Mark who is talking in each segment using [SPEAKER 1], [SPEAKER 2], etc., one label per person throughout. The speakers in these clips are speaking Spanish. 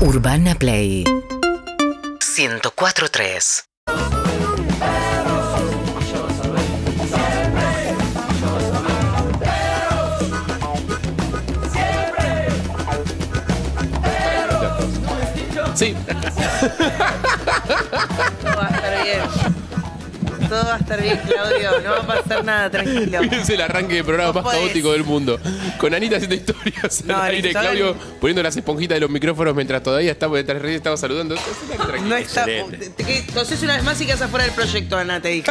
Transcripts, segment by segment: [SPEAKER 1] Urbana Play 104.3
[SPEAKER 2] Sí,
[SPEAKER 3] Todo va a estar bien. Todo va a estar bien, Claudio. No va a pasar nada, tranquilo.
[SPEAKER 2] es el arranque de programa
[SPEAKER 3] No
[SPEAKER 2] más
[SPEAKER 3] podés.
[SPEAKER 2] caótico del mundo. Con Anita haciendo historias al
[SPEAKER 3] No,
[SPEAKER 2] aire,
[SPEAKER 3] necesitaba-
[SPEAKER 2] Claudio poniendo las esponjitas de los micrófonos mientras todavía estaba, mientras recién estaba saludando. Tranquilo.
[SPEAKER 3] No está.
[SPEAKER 4] Excelente.
[SPEAKER 3] te- que Tosés una vez más y quedas afuera del proyecto, Ana, te dije.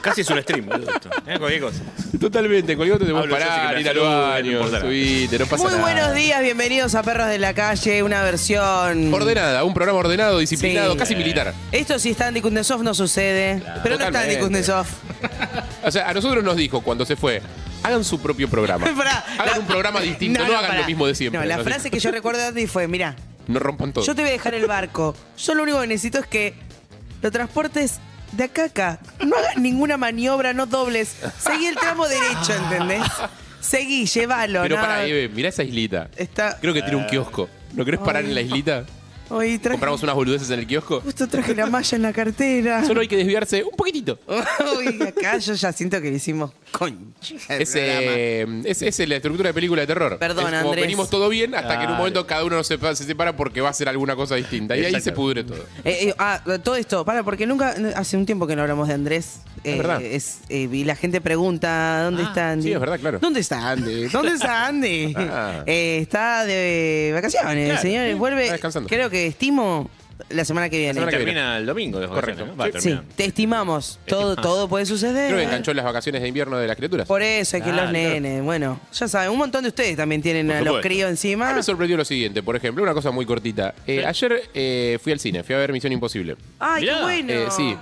[SPEAKER 4] Casi es un stream, boludo. esto. Eh, cualquier cosa.
[SPEAKER 2] Totalmente, cualquier otro te podés
[SPEAKER 4] Hablo yo, así
[SPEAKER 2] parar,
[SPEAKER 4] que
[SPEAKER 2] ir
[SPEAKER 4] me
[SPEAKER 2] al
[SPEAKER 4] saludo, no
[SPEAKER 2] baño,
[SPEAKER 4] importa nada.
[SPEAKER 2] subite, no pasa
[SPEAKER 3] Muy
[SPEAKER 2] nada.
[SPEAKER 3] buenos días, bienvenidos a Perros de la Calle, una versión.
[SPEAKER 2] Ordenada, un programa ordenado, disciplinado,
[SPEAKER 3] Sí.
[SPEAKER 2] casi militar.
[SPEAKER 3] Esto si está Andy Kundesov no sucede. pero no está Andy
[SPEAKER 2] Totalmente.
[SPEAKER 3] Kundesov.
[SPEAKER 2] O sea, a nosotros nos dijo cuando se fue, hagan su propio programa.
[SPEAKER 3] Pará,
[SPEAKER 2] hagan
[SPEAKER 3] la-
[SPEAKER 2] un programa distinto, no, hagan
[SPEAKER 3] pará.
[SPEAKER 2] lo mismo de siempre.
[SPEAKER 3] No, la
[SPEAKER 2] Nos
[SPEAKER 3] frase
[SPEAKER 2] dijo.
[SPEAKER 3] que yo recuerdo de Andy fue: Mirá,
[SPEAKER 2] No rompan todo.
[SPEAKER 3] yo te voy a dejar el barco. Yo lo único que necesito es que lo transportes de acá a acá. No hagas ninguna maniobra, no dobles. Seguí el tramo derecho, ¿entendés? Seguí, llévalo.
[SPEAKER 2] Pero
[SPEAKER 3] ¿no?
[SPEAKER 2] para Eve, mirá esa islita.
[SPEAKER 3] Está.
[SPEAKER 2] Creo que tiene
[SPEAKER 4] Ah.
[SPEAKER 2] un kiosco. ¿No querés parar en la islita?
[SPEAKER 3] Hoy traje,
[SPEAKER 2] Compramos unas boludeces en el kiosco.
[SPEAKER 3] justo traje la malla en la cartera.
[SPEAKER 2] Solo hay que desviarse un poquitito.
[SPEAKER 3] Uy, acá yo ya siento que le hicimos concha. el
[SPEAKER 2] Es,
[SPEAKER 3] programa.
[SPEAKER 2] eh, es, es la estructura de película de terror.
[SPEAKER 3] Perdón,
[SPEAKER 2] Es como
[SPEAKER 3] Andrés.
[SPEAKER 2] venimos todo bien hasta que en un
[SPEAKER 4] Dale.
[SPEAKER 2] momento cada uno se, se separa porque va a hacer alguna cosa distinta. Y ahí
[SPEAKER 4] Exacto.
[SPEAKER 2] se pudre todo.
[SPEAKER 3] Eh, eh, ah, todo esto, para, porque nunca, hace un tiempo que no hablamos de Andrés. Eh,
[SPEAKER 2] verdad. Ah,
[SPEAKER 3] es, eh, y la gente pregunta, ¿dónde está Andy?
[SPEAKER 2] sí, es verdad, claro.
[SPEAKER 3] ¿Dónde está Andy? ¿Dónde está Andy?
[SPEAKER 2] Ah.
[SPEAKER 3] Eh, está de vacaciones,
[SPEAKER 4] Claro,
[SPEAKER 3] señores.
[SPEAKER 4] sí,
[SPEAKER 3] Vuelve,
[SPEAKER 2] está descansando.
[SPEAKER 3] creo que estimo la semana que viene.
[SPEAKER 2] semana que
[SPEAKER 4] Termina el domingo. de
[SPEAKER 2] Correcto.
[SPEAKER 4] vacaciones, ¿no? Va a
[SPEAKER 3] sí,
[SPEAKER 4] terminar.
[SPEAKER 3] te estimamos. Todo,
[SPEAKER 4] Estimás.
[SPEAKER 3] todo puede suceder.
[SPEAKER 2] Creo que enganchó en las vacaciones de invierno de las criaturas.
[SPEAKER 3] Por eso, hay que
[SPEAKER 4] Claro,
[SPEAKER 3] los
[SPEAKER 4] claro.
[SPEAKER 3] nenes. Bueno, ya saben, un montón de ustedes también tienen
[SPEAKER 4] Por
[SPEAKER 3] a los
[SPEAKER 4] supuesto.
[SPEAKER 3] críos encima.
[SPEAKER 2] Ah, me sorprendió lo siguiente, por ejemplo, una cosa muy cortita. Eh, Ayer eh, fui al cine, fui a ver Misión Imposible.
[SPEAKER 3] Ay, qué
[SPEAKER 4] Mirá,
[SPEAKER 3] bueno.
[SPEAKER 2] Eh, sí.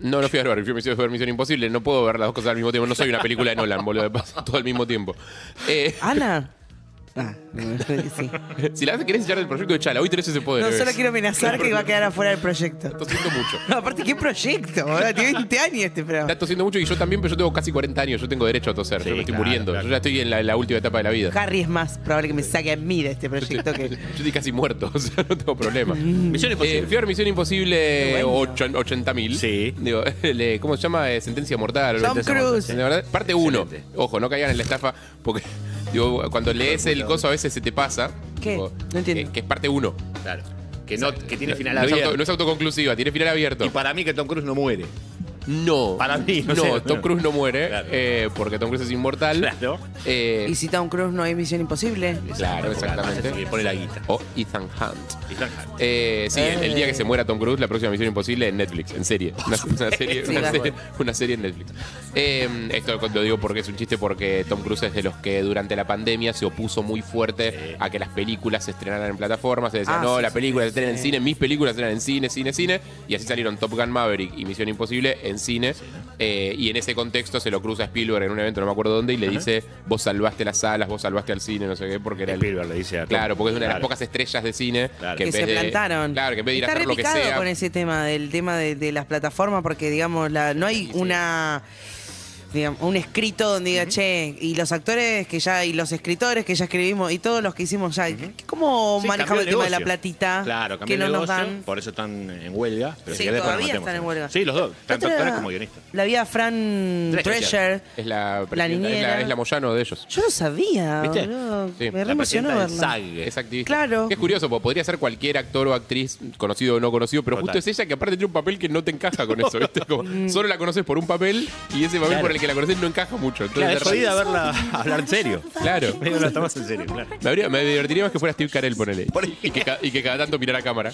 [SPEAKER 2] No, no fui a ver, fui a ver Misión Imposible. No puedo ver las dos cosas al mismo tiempo. No soy una película de Nolan, boludo. Pasa todo al mismo tiempo. Eh,
[SPEAKER 3] Ana. Ah, sí.
[SPEAKER 2] si la querés echar del proyecto, echala. Hoy tenés ese poder.
[SPEAKER 3] No
[SPEAKER 2] Eves.
[SPEAKER 3] solo quiero amenazar que va a quedar afuera del proyecto.
[SPEAKER 2] Está tosiendo mucho.
[SPEAKER 3] No, aparte, ¿qué proyecto? Ahora tiene 20 años este programa.
[SPEAKER 2] Está tosiendo mucho y yo también, pero yo tengo casi 40 años. Yo tengo derecho a toser.
[SPEAKER 4] Sí,
[SPEAKER 2] yo me estoy
[SPEAKER 4] claro,
[SPEAKER 2] muriendo.
[SPEAKER 4] claro.
[SPEAKER 2] Yo ya estoy en la, la última etapa de la vida.
[SPEAKER 3] Harry es más probable que me saque a mí de este proyecto
[SPEAKER 2] Yo
[SPEAKER 3] que.
[SPEAKER 2] estoy casi muerto, o sea, no tengo problema.
[SPEAKER 4] Misión
[SPEAKER 2] Eh,
[SPEAKER 4] imposible.
[SPEAKER 2] fui a ver Misión Imposible ocho- 80.000.
[SPEAKER 4] Sí.
[SPEAKER 2] Digo, le- ¿Cómo se llama? Eh, Sentencia mortal.
[SPEAKER 3] Tom
[SPEAKER 2] Sentencia mortal.
[SPEAKER 3] Cruise.
[SPEAKER 2] La verdad, parte 1.
[SPEAKER 4] Excelente.
[SPEAKER 2] Ojo, no caigan en la estafa porque digo, cuando lees el coso a veces se te pasa.
[SPEAKER 3] ¿Qué?
[SPEAKER 2] Digo,
[SPEAKER 3] No entiendo.
[SPEAKER 2] eh, que es parte 1.
[SPEAKER 4] Claro. Que, no, que tiene final
[SPEAKER 2] no, es auto-
[SPEAKER 4] abierto.
[SPEAKER 2] no es autoconclusiva, tiene final abierto.
[SPEAKER 4] Y para mí que Tom Cruise no muere.
[SPEAKER 2] No.
[SPEAKER 4] Para mí,
[SPEAKER 2] no.
[SPEAKER 4] no sé.
[SPEAKER 2] Tom Cruise no muere
[SPEAKER 4] Claro.
[SPEAKER 2] eh, porque Tom Cruise es inmortal.
[SPEAKER 4] Claro.
[SPEAKER 2] Eh,
[SPEAKER 3] Y si Tom Cruise no hay misión imposible.
[SPEAKER 2] Claro, exactamente.
[SPEAKER 4] Y pone la guita.
[SPEAKER 2] O Ethan Hunt.
[SPEAKER 4] Y está-
[SPEAKER 2] Eh, sí, el- el día que se muera Tom Cruise, la próxima Misión Imposible en Netflix, en serie. Una, una serie,
[SPEAKER 3] Sí,
[SPEAKER 2] una
[SPEAKER 3] va.
[SPEAKER 2] serie, una serie en Netflix. Eh, esto lo digo porque es un chiste, porque Tom Cruise es de los que durante la pandemia se opuso muy fuerte a que las películas se estrenaran en plataformas. Se decía,
[SPEAKER 3] Ah,
[SPEAKER 2] no,
[SPEAKER 3] sí,
[SPEAKER 2] la
[SPEAKER 3] sí,
[SPEAKER 2] película se estrena en cine, mis películas se estrenan en cine, cine, cine. Y así salieron Top Gun Maverick y Misión Imposible en cine. Eh, y en ese contexto se lo cruza Spielberg en un evento, no me acuerdo dónde, y le dice, vos salvaste las salas, vos salvaste al cine, no sé qué, porque era el,
[SPEAKER 4] Spielberg le dice a Tom.
[SPEAKER 2] Claro, porque es una de las
[SPEAKER 4] Claro.
[SPEAKER 2] pocas estrellas de cine
[SPEAKER 4] Claro.
[SPEAKER 2] en
[SPEAKER 3] Que se
[SPEAKER 2] vez de-
[SPEAKER 3] plantaron.
[SPEAKER 2] Claro, que en vez de ir a
[SPEAKER 3] Está
[SPEAKER 2] hacer lo que
[SPEAKER 3] repicado
[SPEAKER 2] sea.
[SPEAKER 3] con ese tema, del tema de, de las plataformas, porque digamos, la, no hay una. digamos, un escrito donde diga, che, y los actores que ya, y los escritores que ya escribimos, y todos los que hicimos ya, ¿cómo
[SPEAKER 4] Sí,
[SPEAKER 3] manejamos
[SPEAKER 4] cambió
[SPEAKER 3] el, tema de la
[SPEAKER 4] negocio.
[SPEAKER 3] platita
[SPEAKER 4] Claro, cambió
[SPEAKER 3] que no
[SPEAKER 4] el
[SPEAKER 3] nos
[SPEAKER 4] negocio,
[SPEAKER 3] dan?
[SPEAKER 4] Por eso están en huelga. Pero
[SPEAKER 3] Sí,
[SPEAKER 4] si querés, después
[SPEAKER 3] todavía
[SPEAKER 4] nos metemos
[SPEAKER 3] están en huelga.
[SPEAKER 4] Sí, los dos. Tanto
[SPEAKER 3] La otra-
[SPEAKER 4] actores como guionistas.
[SPEAKER 3] La vi a Fran
[SPEAKER 4] Drescher.
[SPEAKER 3] Drescher.
[SPEAKER 2] Es la,
[SPEAKER 3] La
[SPEAKER 2] presidenta, es, la,
[SPEAKER 3] niñera.
[SPEAKER 2] es la Moyano de ellos.
[SPEAKER 3] Yo no sabía,
[SPEAKER 4] ¿Viste?
[SPEAKER 3] boludo.
[SPEAKER 2] Sí,
[SPEAKER 3] Me
[SPEAKER 2] la
[SPEAKER 3] re emocionó
[SPEAKER 4] presidenta del
[SPEAKER 3] verla.
[SPEAKER 4] SAG.
[SPEAKER 2] Es activista.
[SPEAKER 3] Claro.
[SPEAKER 2] Que es curioso, porque podría ser cualquier actor o actriz, conocido o no conocido, pero
[SPEAKER 4] Total.
[SPEAKER 2] justo es ella que aparte tiene un papel que no te encaja con eso, ¿viste?
[SPEAKER 3] Mm.
[SPEAKER 2] Como, solo la conoces por un papel y ese papel
[SPEAKER 4] Claro.
[SPEAKER 2] por el que la conoces no encaja mucho. Entonces,
[SPEAKER 4] Claro, es
[SPEAKER 2] de
[SPEAKER 4] jodida
[SPEAKER 2] repente-
[SPEAKER 4] verla hablar en serio.
[SPEAKER 2] Claro.
[SPEAKER 4] Medio que lo tomás en serio, claro.
[SPEAKER 2] Me, habría- me divertiría más que fuera Steve Carell, ponele. Y que, ca- y que cada tanto mirara a cámara.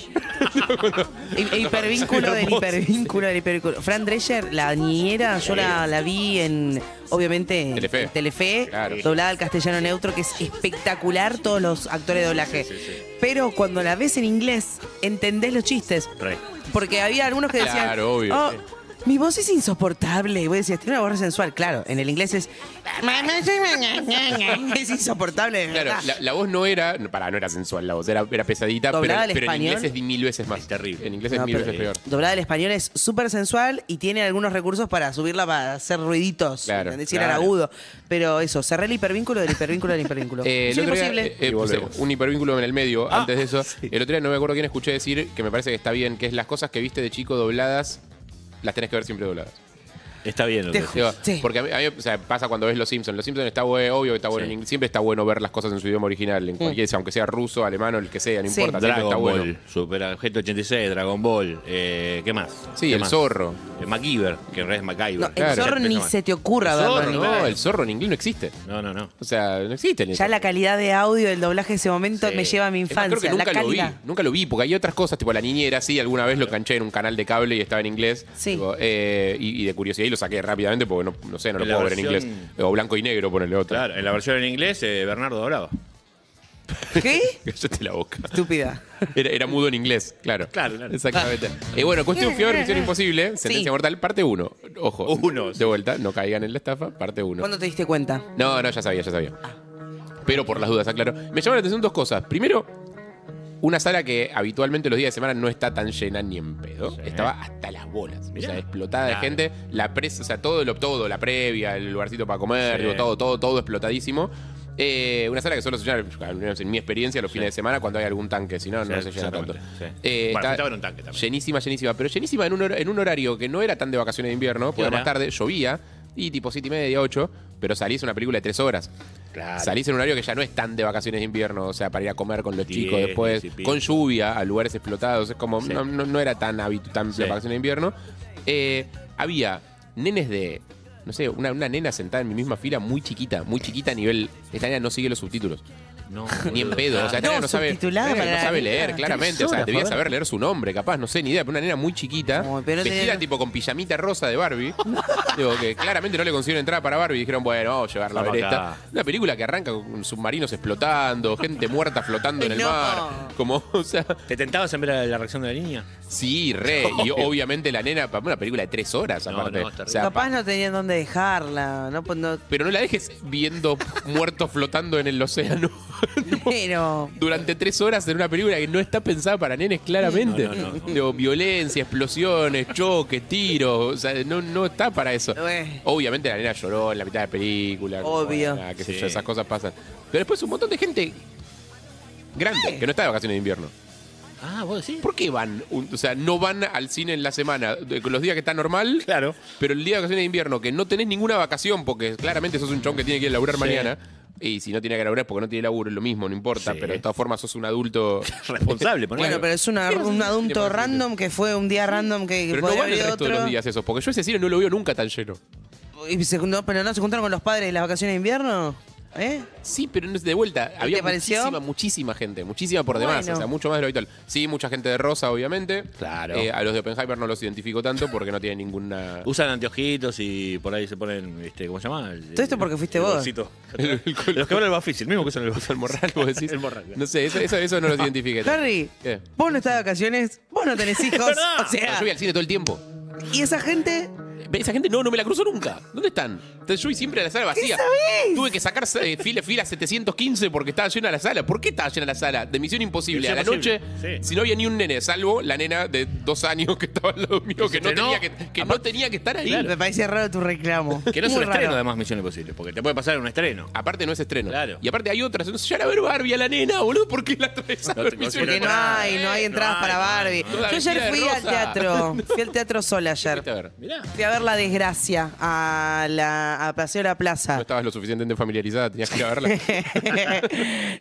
[SPEAKER 3] Hi- Hipervínculo del hipervínculo del hipervínculo. Fran Drescher, la niñera, yo la, la vi en, obviamente,
[SPEAKER 2] Telefe.
[SPEAKER 3] en Telefe,
[SPEAKER 2] Claro.
[SPEAKER 3] doblada al castellano neutro, que es espectacular todos los actores de doblaje. Pero cuando la ves en inglés, entendés los chistes.
[SPEAKER 4] Re.
[SPEAKER 3] Porque había algunos que decían.
[SPEAKER 2] Claro, obvio,
[SPEAKER 3] "Oh,
[SPEAKER 2] sí.
[SPEAKER 3] mi voz es insoportable. Y vos decías, tiene una voz sensual. Claro, en el inglés es. es insoportable. de
[SPEAKER 2] Claro,
[SPEAKER 3] verdad.
[SPEAKER 2] la, la voz no era, no, para, no era sensual la voz, era, era pesadita, pero,
[SPEAKER 3] Doblada al
[SPEAKER 2] pero en
[SPEAKER 3] español.
[SPEAKER 2] inglés es di- mil veces más. terrible. En inglés es
[SPEAKER 3] No,
[SPEAKER 2] mil
[SPEAKER 3] pero-
[SPEAKER 2] veces peor.
[SPEAKER 3] Doblada al español es súper sensual y tiene algunos recursos para subirla para hacer ruiditos,
[SPEAKER 2] Claro,
[SPEAKER 3] ¿entendés? Si era
[SPEAKER 2] claro.
[SPEAKER 3] agudo. Pero eso, cerré el hipervínculo del hipervínculo del hipervínculo.
[SPEAKER 2] Eh,
[SPEAKER 3] es
[SPEAKER 2] el otro día,
[SPEAKER 3] imposible.
[SPEAKER 2] eh, eh,
[SPEAKER 4] Y
[SPEAKER 2] puse
[SPEAKER 4] volvemos.
[SPEAKER 2] un hipervínculo en el medio
[SPEAKER 4] Ah,
[SPEAKER 2] antes de eso.
[SPEAKER 4] sí.
[SPEAKER 2] El otro día no me acuerdo quién escuché decir que me parece que está bien, que es las cosas que viste de chico dobladas, las tenés que ver siempre dobladas.
[SPEAKER 4] Está bien. lo que
[SPEAKER 3] Te
[SPEAKER 4] decís.
[SPEAKER 2] Digo,
[SPEAKER 3] Sí.
[SPEAKER 2] Porque a mí, a mí, o sea, pasa cuando ves Los Simpsons. Los Simpsons está bueno, obvio que está bueno.
[SPEAKER 4] Sí.
[SPEAKER 2] en inglés. Siempre está bueno ver las cosas en su idioma original, en cualquier, aunque sea ruso, alemán o el que sea, no
[SPEAKER 3] Sí.
[SPEAKER 2] importa. siempre está
[SPEAKER 4] Dragon Ball,
[SPEAKER 2] bueno.
[SPEAKER 4] Super Objeto 86, Dragon Ball, eh, ¿qué más?
[SPEAKER 2] Sí,
[SPEAKER 4] ¿Qué
[SPEAKER 2] el
[SPEAKER 4] más?
[SPEAKER 2] zorro.
[SPEAKER 4] Eh, MacGyver, que en realidad es MacGyver.
[SPEAKER 3] No, el
[SPEAKER 2] Claro.
[SPEAKER 3] zorro ni se te ocurra
[SPEAKER 4] El
[SPEAKER 3] verlo.
[SPEAKER 4] zorro,
[SPEAKER 3] en
[SPEAKER 4] ¿no?
[SPEAKER 3] inglés.
[SPEAKER 2] No, el zorro en inglés no existe.
[SPEAKER 4] No, no, no.
[SPEAKER 2] O sea, no existe. ni
[SPEAKER 3] Ya
[SPEAKER 2] eso.
[SPEAKER 3] la calidad de audio del doblaje de ese momento
[SPEAKER 4] Sí.
[SPEAKER 3] me lleva a mi
[SPEAKER 2] Es más,
[SPEAKER 3] infancia.
[SPEAKER 2] creo que nunca
[SPEAKER 3] la
[SPEAKER 2] lo vi,
[SPEAKER 3] calidad.
[SPEAKER 2] nunca lo vi, porque hay otras cosas, tipo la niñera, sí, alguna vez lo canché en un canal de cable y estaba en inglés.
[SPEAKER 3] Sí.
[SPEAKER 2] tipo, eh, y, y de curiosidad y lo saqué rápidamente porque no, no sé, no lo
[SPEAKER 4] La
[SPEAKER 2] puedo ver en
[SPEAKER 4] versión-
[SPEAKER 2] inglés. O blanco y negro, ponele otra.
[SPEAKER 4] Claro, en la versión en inglés, eh, Bernardo Dorado.
[SPEAKER 3] ¿Qué?
[SPEAKER 2] Cállate la boca.
[SPEAKER 3] Estúpida.
[SPEAKER 2] Era, era mudo en inglés, claro.
[SPEAKER 4] Claro, claro.
[SPEAKER 2] Exactamente. Eh, bueno, Cuestión Fiebre, Misión Imposible, Sentencia
[SPEAKER 3] Sí.
[SPEAKER 2] Mortal, parte 1. Ojo.
[SPEAKER 4] Uno, sí.
[SPEAKER 2] De vuelta, no caigan en la estafa, parte 1.
[SPEAKER 3] ¿Cuándo te diste cuenta?
[SPEAKER 2] No, no, ya sabía, ya sabía. Pero por las dudas, aclaro. Me llaman la atención dos cosas. Primero, una sala que habitualmente los días de semana no está tan llena ni en pedo. Estaba hasta las bolas. O sea, explotada
[SPEAKER 4] Claro.
[SPEAKER 2] de gente. La presa, o sea, todo, lo, todo, la previa, el lugarcito para comer,
[SPEAKER 4] Sí.
[SPEAKER 2] digo, todo, todo, todo explotadísimo. Eh, una sala que solo se llena, al menos en mi experiencia, los fines de semana cuando hay algún tanque, si no, no
[SPEAKER 4] Sí,
[SPEAKER 2] se llena tanto.
[SPEAKER 4] exactamente, sí.
[SPEAKER 2] Eh,
[SPEAKER 4] Bueno,
[SPEAKER 2] está-
[SPEAKER 4] estaba en un tanque también.
[SPEAKER 2] Llenísima, llenísima, pero llenísima en un, hor- en un horario que no era tan de vacaciones de invierno, porque
[SPEAKER 4] hora?
[SPEAKER 2] más tarde llovía y tipo siete y media, ocho, pero salís una película de tres horas.
[SPEAKER 4] Claro.
[SPEAKER 2] Salís en un horario que ya no es tan de vacaciones de invierno, o sea, para ir a comer con los
[SPEAKER 4] Diez,
[SPEAKER 2] chicos después,
[SPEAKER 4] diez y pico.
[SPEAKER 2] con lluvia, a lugares explotados, es como,
[SPEAKER 4] Sí.
[SPEAKER 2] no, no- no era tan hábito, tan
[SPEAKER 4] Sí.
[SPEAKER 2] de vacaciones de invierno. Eh, había nenes de, no sé, una, una nena sentada en mi misma fila, muy chiquita, muy chiquita a nivel, esta nena no sigue los subtítulos.
[SPEAKER 4] No,
[SPEAKER 2] Ni en pedo. O sea, esta
[SPEAKER 3] No,
[SPEAKER 2] nena no sabe, esta
[SPEAKER 3] subtitulada
[SPEAKER 2] nena
[SPEAKER 3] para
[SPEAKER 2] no
[SPEAKER 3] la
[SPEAKER 2] sabe
[SPEAKER 3] nena.
[SPEAKER 2] leer, claramente. O sea,
[SPEAKER 4] Tres
[SPEAKER 2] debía
[SPEAKER 4] horas,
[SPEAKER 2] saber leer su nombre, capaz, no sé, ni idea. Pero una nena muy chiquita,
[SPEAKER 3] No, pero te-
[SPEAKER 2] vestida tipo con pijamita rosa de Barbie. digo, que claramente no le consiguieron entrada para Barbie. Y dijeron, bueno, vamos a llevarla a ver
[SPEAKER 4] Vamos
[SPEAKER 2] esta.
[SPEAKER 4] acá.
[SPEAKER 2] Una película que arranca con submarinos explotando, gente muerta flotando en el
[SPEAKER 3] No.
[SPEAKER 2] mar. Como, o sea,
[SPEAKER 4] ¿Te tentabas en ver la, la reacción de la niña?
[SPEAKER 2] sí, re. Y obviamente la nena, para una película de tres horas,
[SPEAKER 4] No,
[SPEAKER 2] aparte.
[SPEAKER 4] no, es terrible.
[SPEAKER 2] O sea,
[SPEAKER 3] Capaz no tenían dónde dejarla. No, pues no,
[SPEAKER 2] pero no la dejes viendo muertos flotando en el océano.
[SPEAKER 3] pero.
[SPEAKER 2] durante tres horas en una película que no está pensada para nenes claramente.
[SPEAKER 4] No, no, no, no.
[SPEAKER 2] Digo, violencia, explosiones, choques, tiros. O sea, no, no está para eso.
[SPEAKER 3] Eh.
[SPEAKER 2] Obviamente la nena lloró en la mitad de la película.
[SPEAKER 3] Obvio.
[SPEAKER 2] Bueno, nada, qué sé
[SPEAKER 4] Sí.
[SPEAKER 2] yo, esas cosas pasan. Pero después un montón de gente grande
[SPEAKER 3] Eh.
[SPEAKER 2] que no está de vacaciones de invierno.
[SPEAKER 4] Ah, vos sí.
[SPEAKER 2] ¿Por qué van? Un- O sea, no van al cine en la semana, de- los días que está normal.
[SPEAKER 4] Claro.
[SPEAKER 2] Pero el día de vacaciones de invierno, que no tenés ninguna vacación, porque claramente sos un chon que tiene que ir a laburar
[SPEAKER 4] Sí.
[SPEAKER 2] mañana. Y si no tiene que laburar es porque no tiene laburo, es lo mismo, no importa.
[SPEAKER 4] Sí.
[SPEAKER 2] Pero de todas formas sos un adulto.
[SPEAKER 4] Responsable, ponele.
[SPEAKER 2] Claro.
[SPEAKER 3] Bueno, pero es una- un adulto
[SPEAKER 2] Tiene más
[SPEAKER 3] random que fue un día random que
[SPEAKER 2] Pero no
[SPEAKER 3] podía
[SPEAKER 2] van el
[SPEAKER 3] haber
[SPEAKER 2] resto
[SPEAKER 3] otro.
[SPEAKER 2] de los días esos, porque yo ese cine no lo veo nunca tan lleno.
[SPEAKER 3] Y se- no, pero no se juntaron con los padres en las vacaciones de invierno. ¿Eh?
[SPEAKER 2] Sí, pero no es de vuelta. Había
[SPEAKER 3] te pareció?
[SPEAKER 2] muchísima, muchísima gente, muchísima por demás,
[SPEAKER 3] Bueno.
[SPEAKER 2] o sea, mucho más de lo habitual. Sí, mucha gente de rosa, obviamente.
[SPEAKER 4] Claro.
[SPEAKER 2] Eh, a los de Oppenheimer no los identifico tanto porque no tienen ninguna.
[SPEAKER 4] Usan anteojitos y por ahí se ponen, este, ¿cómo se llama? El-
[SPEAKER 3] Todo esto porque fuiste
[SPEAKER 4] el
[SPEAKER 3] vos.
[SPEAKER 4] bolsito. Los que van al Bafis, el mismo que usan el Bafis.
[SPEAKER 2] El morral, vos decís.
[SPEAKER 4] El morral.
[SPEAKER 2] No sé, eso, eso, eso no los identifique.
[SPEAKER 3] Harry,
[SPEAKER 2] ¿Qué?
[SPEAKER 3] vos no estás de vacaciones, vos no tenés hijos.
[SPEAKER 4] verdad.
[SPEAKER 3] o sea,
[SPEAKER 2] No, yo voy al cine todo el tiempo.
[SPEAKER 3] y esa gente.
[SPEAKER 2] Esa gente no, no me la cruzo nunca. ¿Dónde están? Entonces yo voy siempre a la sala vacía.
[SPEAKER 3] sabés?
[SPEAKER 2] Tuve que sacar eh, fila, fila 715 porque estaba llena la sala. ¿Por qué estaba llena la sala? De Misión Imposible.
[SPEAKER 4] Misión
[SPEAKER 2] a la
[SPEAKER 4] Imposible,
[SPEAKER 2] noche,
[SPEAKER 4] sí.
[SPEAKER 2] si no había ni un nene, salvo la nena de dos años que estaba al lado mío, que,
[SPEAKER 4] se
[SPEAKER 2] no
[SPEAKER 4] estrenó.
[SPEAKER 2] tenía que, que no tenía que estar ahí.
[SPEAKER 3] Me parece raro tu reclamo.
[SPEAKER 4] Que no es
[SPEAKER 3] Muy
[SPEAKER 4] un estreno,
[SPEAKER 3] raro. Ah,
[SPEAKER 4] además, Misión Imposible. Porque te puede pasar un estreno.
[SPEAKER 2] Aparte no es estreno.
[SPEAKER 4] Claro.
[SPEAKER 2] Y aparte hay otras. No sé, ya la ver Barbie a la nena, boludo. ¿Por qué la traes a
[SPEAKER 4] No
[SPEAKER 2] ver
[SPEAKER 4] te- no
[SPEAKER 2] Misión
[SPEAKER 3] Porque no
[SPEAKER 2] Imposible? Eh,
[SPEAKER 3] hay, no hay entradas
[SPEAKER 4] Eh, No hay,
[SPEAKER 3] para
[SPEAKER 4] no hay,
[SPEAKER 3] Barbie.
[SPEAKER 4] no hay.
[SPEAKER 2] Toda
[SPEAKER 3] Yo
[SPEAKER 2] vestida
[SPEAKER 3] ayer
[SPEAKER 2] de
[SPEAKER 3] fui al
[SPEAKER 2] rosa.
[SPEAKER 3] teatro. Fui al teatro sola ayer.
[SPEAKER 2] Viste, a ver.
[SPEAKER 4] Mirá.
[SPEAKER 3] Fui a ver La Desgracia a, la, a Paseo de la Plaza.
[SPEAKER 2] No estabas lo suficientemente familiarizada, tenías que ir a verla.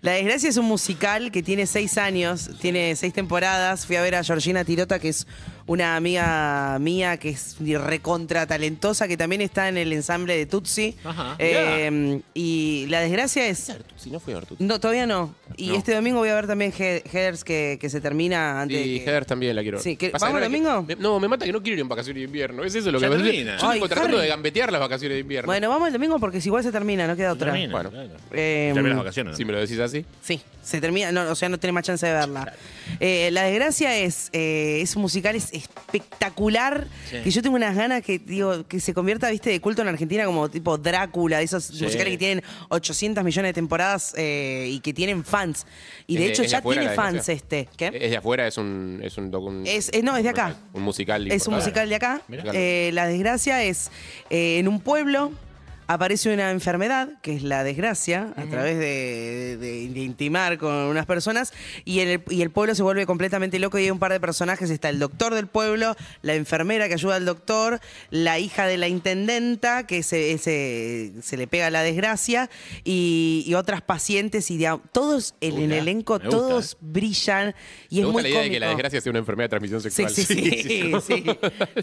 [SPEAKER 3] La Desgracia es un musical que tiene seis años, tiene seis temporadas. Fui a ver a Georgina Tirota, que es una amiga mía que es recontra talentosa, que también está en el ensamble de Tutsi.
[SPEAKER 4] Ajá.
[SPEAKER 3] Eh, y La Desgracia es...
[SPEAKER 2] Si no fui a ver tú.
[SPEAKER 3] No, todavía no. Y
[SPEAKER 4] No.
[SPEAKER 3] este domingo voy a ver también He- Headers, que, que se termina antes
[SPEAKER 2] Sí,
[SPEAKER 3] de que-
[SPEAKER 2] Heather también la quiero. ver.
[SPEAKER 3] Sí, que-
[SPEAKER 2] Pasa que no
[SPEAKER 3] ¿vamos
[SPEAKER 2] la
[SPEAKER 3] domingo?
[SPEAKER 2] quiero- me- no, me mata que no quiero ir en vacaciones de invierno. Es eso lo que
[SPEAKER 4] Ya
[SPEAKER 2] me pasa.
[SPEAKER 4] termina.
[SPEAKER 2] Yo tipo
[SPEAKER 3] Ay,
[SPEAKER 2] tratando
[SPEAKER 3] Harry.
[SPEAKER 2] de gambetear las vacaciones de invierno.
[SPEAKER 3] Bueno, vamos el domingo porque si igual se termina, no queda otra.
[SPEAKER 4] Termina,
[SPEAKER 2] Bueno.
[SPEAKER 4] claro.
[SPEAKER 3] Eh,
[SPEAKER 4] Termina las vacaciones. ¿no?
[SPEAKER 2] Si me lo decís así.
[SPEAKER 3] Sí, se termina, no, o sea, no tiene más chance de verla. Eh, la desgracia es, eh, es musical, es espectacular
[SPEAKER 4] Sí.
[SPEAKER 3] que yo tengo unas ganas que digo que se convierta, viste, de culto en Argentina como tipo Drácula, de esos musicales que tienen 800 millones de temporadas eh, y que tienen fans. Y de
[SPEAKER 2] Es
[SPEAKER 3] hecho
[SPEAKER 2] es
[SPEAKER 3] ya
[SPEAKER 2] afuera
[SPEAKER 3] tiene
[SPEAKER 2] la denuncia.
[SPEAKER 3] fans este. ¿Qué?
[SPEAKER 2] Es de afuera, es un. Es, un docu- un-
[SPEAKER 3] Es- eh, no, es de acá.
[SPEAKER 2] Un musical.
[SPEAKER 3] Es un
[SPEAKER 2] importante.
[SPEAKER 3] musical de acá.
[SPEAKER 4] Mirá.
[SPEAKER 3] Eh, la desgracia es eh, en un pueblo. Aparece una enfermedad, que es la desgracia, a través de, de- de intimar con unas personas, y el, y el pueblo se vuelve completamente loco y hay un par de personajes. Está el doctor del pueblo, la enfermera que ayuda al doctor, la hija de la intendenta, que se, se- se le pega la desgracia, y, y otras pacientes, y de- todos en el
[SPEAKER 4] Hola.
[SPEAKER 3] elenco,
[SPEAKER 4] Me gusta,
[SPEAKER 3] todos brillan, y
[SPEAKER 2] eh. Me
[SPEAKER 3] es
[SPEAKER 2] gusta
[SPEAKER 3] muy
[SPEAKER 2] la idea de que la
[SPEAKER 3] cómico.
[SPEAKER 2] desgracia sea una enfermedad de transmisión
[SPEAKER 3] Sí,
[SPEAKER 2] sexual.
[SPEAKER 3] sí, sí,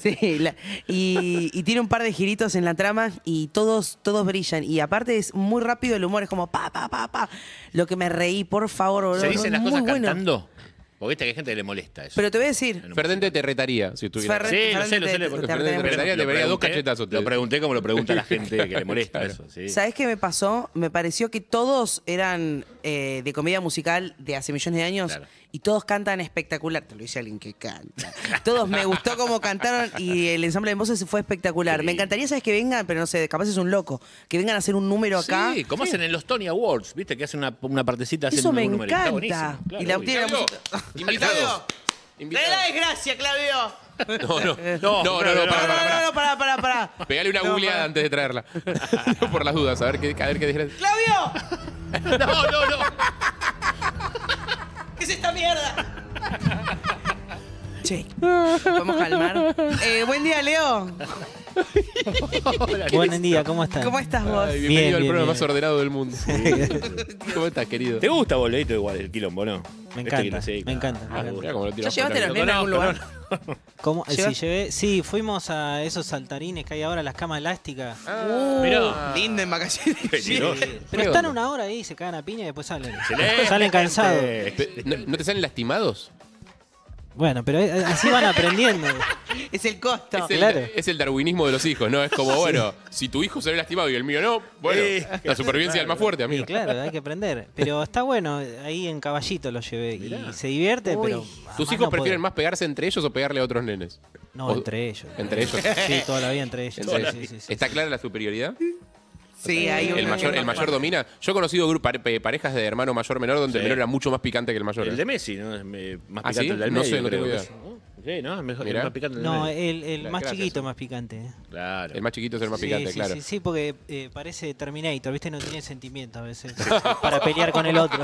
[SPEAKER 3] sí, sí, la- y, y tiene un par de giritos en la trama y todos, todos brillan. Y aparte es muy rápido el humor, es como pa, pa, pa, pa. Lo que me reí, por favor, boludo,
[SPEAKER 4] ¿Se dicen
[SPEAKER 3] no,
[SPEAKER 4] las
[SPEAKER 3] muy
[SPEAKER 4] cosas
[SPEAKER 3] bueno.
[SPEAKER 4] cantando? Porque viste que hay gente que le molesta eso.
[SPEAKER 3] Pero te voy a decir,
[SPEAKER 2] Ferdente te retaría si estuviera.
[SPEAKER 3] Ferre-
[SPEAKER 4] Sí, lo sé, lo sé. lo-
[SPEAKER 3] Fernández de-
[SPEAKER 4] lo-
[SPEAKER 2] Fernández de
[SPEAKER 4] lo-
[SPEAKER 2] Retaría
[SPEAKER 4] lo
[SPEAKER 2] debería dos
[SPEAKER 4] pregunté-
[SPEAKER 2] cachetazos, te
[SPEAKER 4] Lo
[SPEAKER 2] digo.
[SPEAKER 4] pregunté como lo pregunta la gente que le molesta
[SPEAKER 2] Claro.
[SPEAKER 4] eso. Sí.
[SPEAKER 3] ¿sabes qué me pasó? Me pareció que todos eran eh, de comedia musical de hace millones de años
[SPEAKER 4] Claro.
[SPEAKER 3] y todos cantan espectacular. Te lo dice alguien que canta. Todos me gustó cómo cantaron y el ensamble de voces fue espectacular.
[SPEAKER 4] Sí.
[SPEAKER 3] Me encantaría, ¿sabes? Que vengan, pero no sé, capaz es un loco, que vengan a hacer un número acá.
[SPEAKER 4] Sí, como hacen en los Tony Awards, viste que hacen una, una partecita hacen
[SPEAKER 3] Eso
[SPEAKER 4] un
[SPEAKER 3] me
[SPEAKER 4] numerito. Está
[SPEAKER 3] encanta.
[SPEAKER 4] buenísimo, claro,
[SPEAKER 3] Y la
[SPEAKER 4] obvio.
[SPEAKER 3] obtiene-
[SPEAKER 2] Claudio, invitado. Invitado.
[SPEAKER 3] desgracia, Claudio!
[SPEAKER 2] No, no, no, no, no,
[SPEAKER 4] no,
[SPEAKER 2] no, pará,
[SPEAKER 3] No,
[SPEAKER 2] pará, pará.
[SPEAKER 3] no, no, pará, pará, pará.
[SPEAKER 2] Pegale una
[SPEAKER 3] No,
[SPEAKER 2] googleada
[SPEAKER 3] pará.
[SPEAKER 2] antes de traerla. Por las dudas, a ver qué, a ver qué desgracia.
[SPEAKER 3] ¡Claudio!
[SPEAKER 4] No, no, no.
[SPEAKER 3] ¿Qué es esta mierda? Che, vamos a calmar. Eh, buen día, Leo.
[SPEAKER 1] Buen día, ¿cómo están?
[SPEAKER 3] ¿Cómo estás vos?
[SPEAKER 2] Ay, bienvenido
[SPEAKER 1] Bien,
[SPEAKER 2] al
[SPEAKER 1] bien,
[SPEAKER 2] programa
[SPEAKER 1] bien.
[SPEAKER 2] más ordenado del mundo. ¿Cómo estás, querido?
[SPEAKER 4] ¿Te gusta, boleto igual el quilombo, no?
[SPEAKER 1] Me
[SPEAKER 4] Este que
[SPEAKER 1] encanta,
[SPEAKER 4] sí,
[SPEAKER 1] me
[SPEAKER 4] claro.
[SPEAKER 1] encanta, me
[SPEAKER 4] Ah,
[SPEAKER 1] encanta.
[SPEAKER 2] Mirá cómo lo
[SPEAKER 3] ¿Ya
[SPEAKER 2] tiramos.
[SPEAKER 3] llevaste
[SPEAKER 4] no,
[SPEAKER 3] los
[SPEAKER 4] no,
[SPEAKER 3] nenes a algún
[SPEAKER 4] no,
[SPEAKER 3] lugar?
[SPEAKER 1] ¿Cómo? Sí,
[SPEAKER 3] ¿Llevaste?
[SPEAKER 1] llevé- sí, fuimos a esos saltarines que hay ahora, las camas elásticas.
[SPEAKER 3] Uh,
[SPEAKER 4] Ah. Mirá.
[SPEAKER 3] Lindo en vacaciones.
[SPEAKER 4] Peligroso.
[SPEAKER 1] Pero
[SPEAKER 2] ¿Redondo?
[SPEAKER 1] están una hora ahí, se cagan a piña y después salen.
[SPEAKER 4] Excelente.
[SPEAKER 1] Salen cansados.
[SPEAKER 4] este,
[SPEAKER 2] Pe- Este, ¿No, no te salen lastimados?
[SPEAKER 1] Bueno, pero eh, así van aprendiendo.
[SPEAKER 3] Es el costo.
[SPEAKER 2] es, el,
[SPEAKER 1] claro.
[SPEAKER 2] es el darwinismo de los hijos, ¿no? Es como, bueno, si tu hijo sale lastimado y el mío no, bueno,
[SPEAKER 4] Sí.
[SPEAKER 2] la supervivencia del más fuerte,
[SPEAKER 1] Y
[SPEAKER 2] amigo.
[SPEAKER 1] claro, hay que aprender. Pero está bueno, ahí en caballito lo llevé. Y se divierte,
[SPEAKER 3] Uy.
[SPEAKER 1] pero. a
[SPEAKER 2] ¿Tus
[SPEAKER 1] más
[SPEAKER 2] hijos
[SPEAKER 1] no
[SPEAKER 2] prefieren
[SPEAKER 1] poder.
[SPEAKER 2] más pegarse entre ellos o pegarle a otros nenes?
[SPEAKER 1] No,
[SPEAKER 2] O-
[SPEAKER 1] entre ellos.
[SPEAKER 2] ¿Entre ellos?
[SPEAKER 1] Sí, toda la vida entre ellos.
[SPEAKER 2] Entre
[SPEAKER 1] sí,
[SPEAKER 2] ellos.
[SPEAKER 1] sí, sí, sí.
[SPEAKER 2] ¿Está clara la superioridad?
[SPEAKER 3] Sí, hay
[SPEAKER 2] El
[SPEAKER 3] uno
[SPEAKER 2] mayor,
[SPEAKER 3] que-
[SPEAKER 2] el mayor domina. Yo he conocido gru- pare- pe- parejas de hermano mayor menor donde el
[SPEAKER 4] Sí.
[SPEAKER 2] menor era mucho más picante que el mayor.
[SPEAKER 4] El
[SPEAKER 2] ¿eh?
[SPEAKER 4] de Messi, ¿no? Es me- más
[SPEAKER 2] ¿Ah,
[SPEAKER 4] picante
[SPEAKER 2] sí?
[SPEAKER 4] el del
[SPEAKER 2] No
[SPEAKER 4] medio,
[SPEAKER 2] sé, no
[SPEAKER 4] creo
[SPEAKER 2] tengo
[SPEAKER 4] que es. Sí, ¿no? Es mejor,
[SPEAKER 2] Mirá.
[SPEAKER 4] es más picante el del
[SPEAKER 1] No,
[SPEAKER 3] eh,
[SPEAKER 4] medio.
[SPEAKER 1] el, el
[SPEAKER 2] Claro,
[SPEAKER 1] más
[SPEAKER 2] gracias.
[SPEAKER 1] chiquito, más picante. ¿eh?
[SPEAKER 4] Claro.
[SPEAKER 2] El más chiquito es el más
[SPEAKER 1] Sí,
[SPEAKER 2] picante,
[SPEAKER 1] sí,
[SPEAKER 2] claro.
[SPEAKER 1] Sí, sí, porque eh, parece Terminator, ¿viste? No tiene sentimiento a veces eh, para pelear con el otro.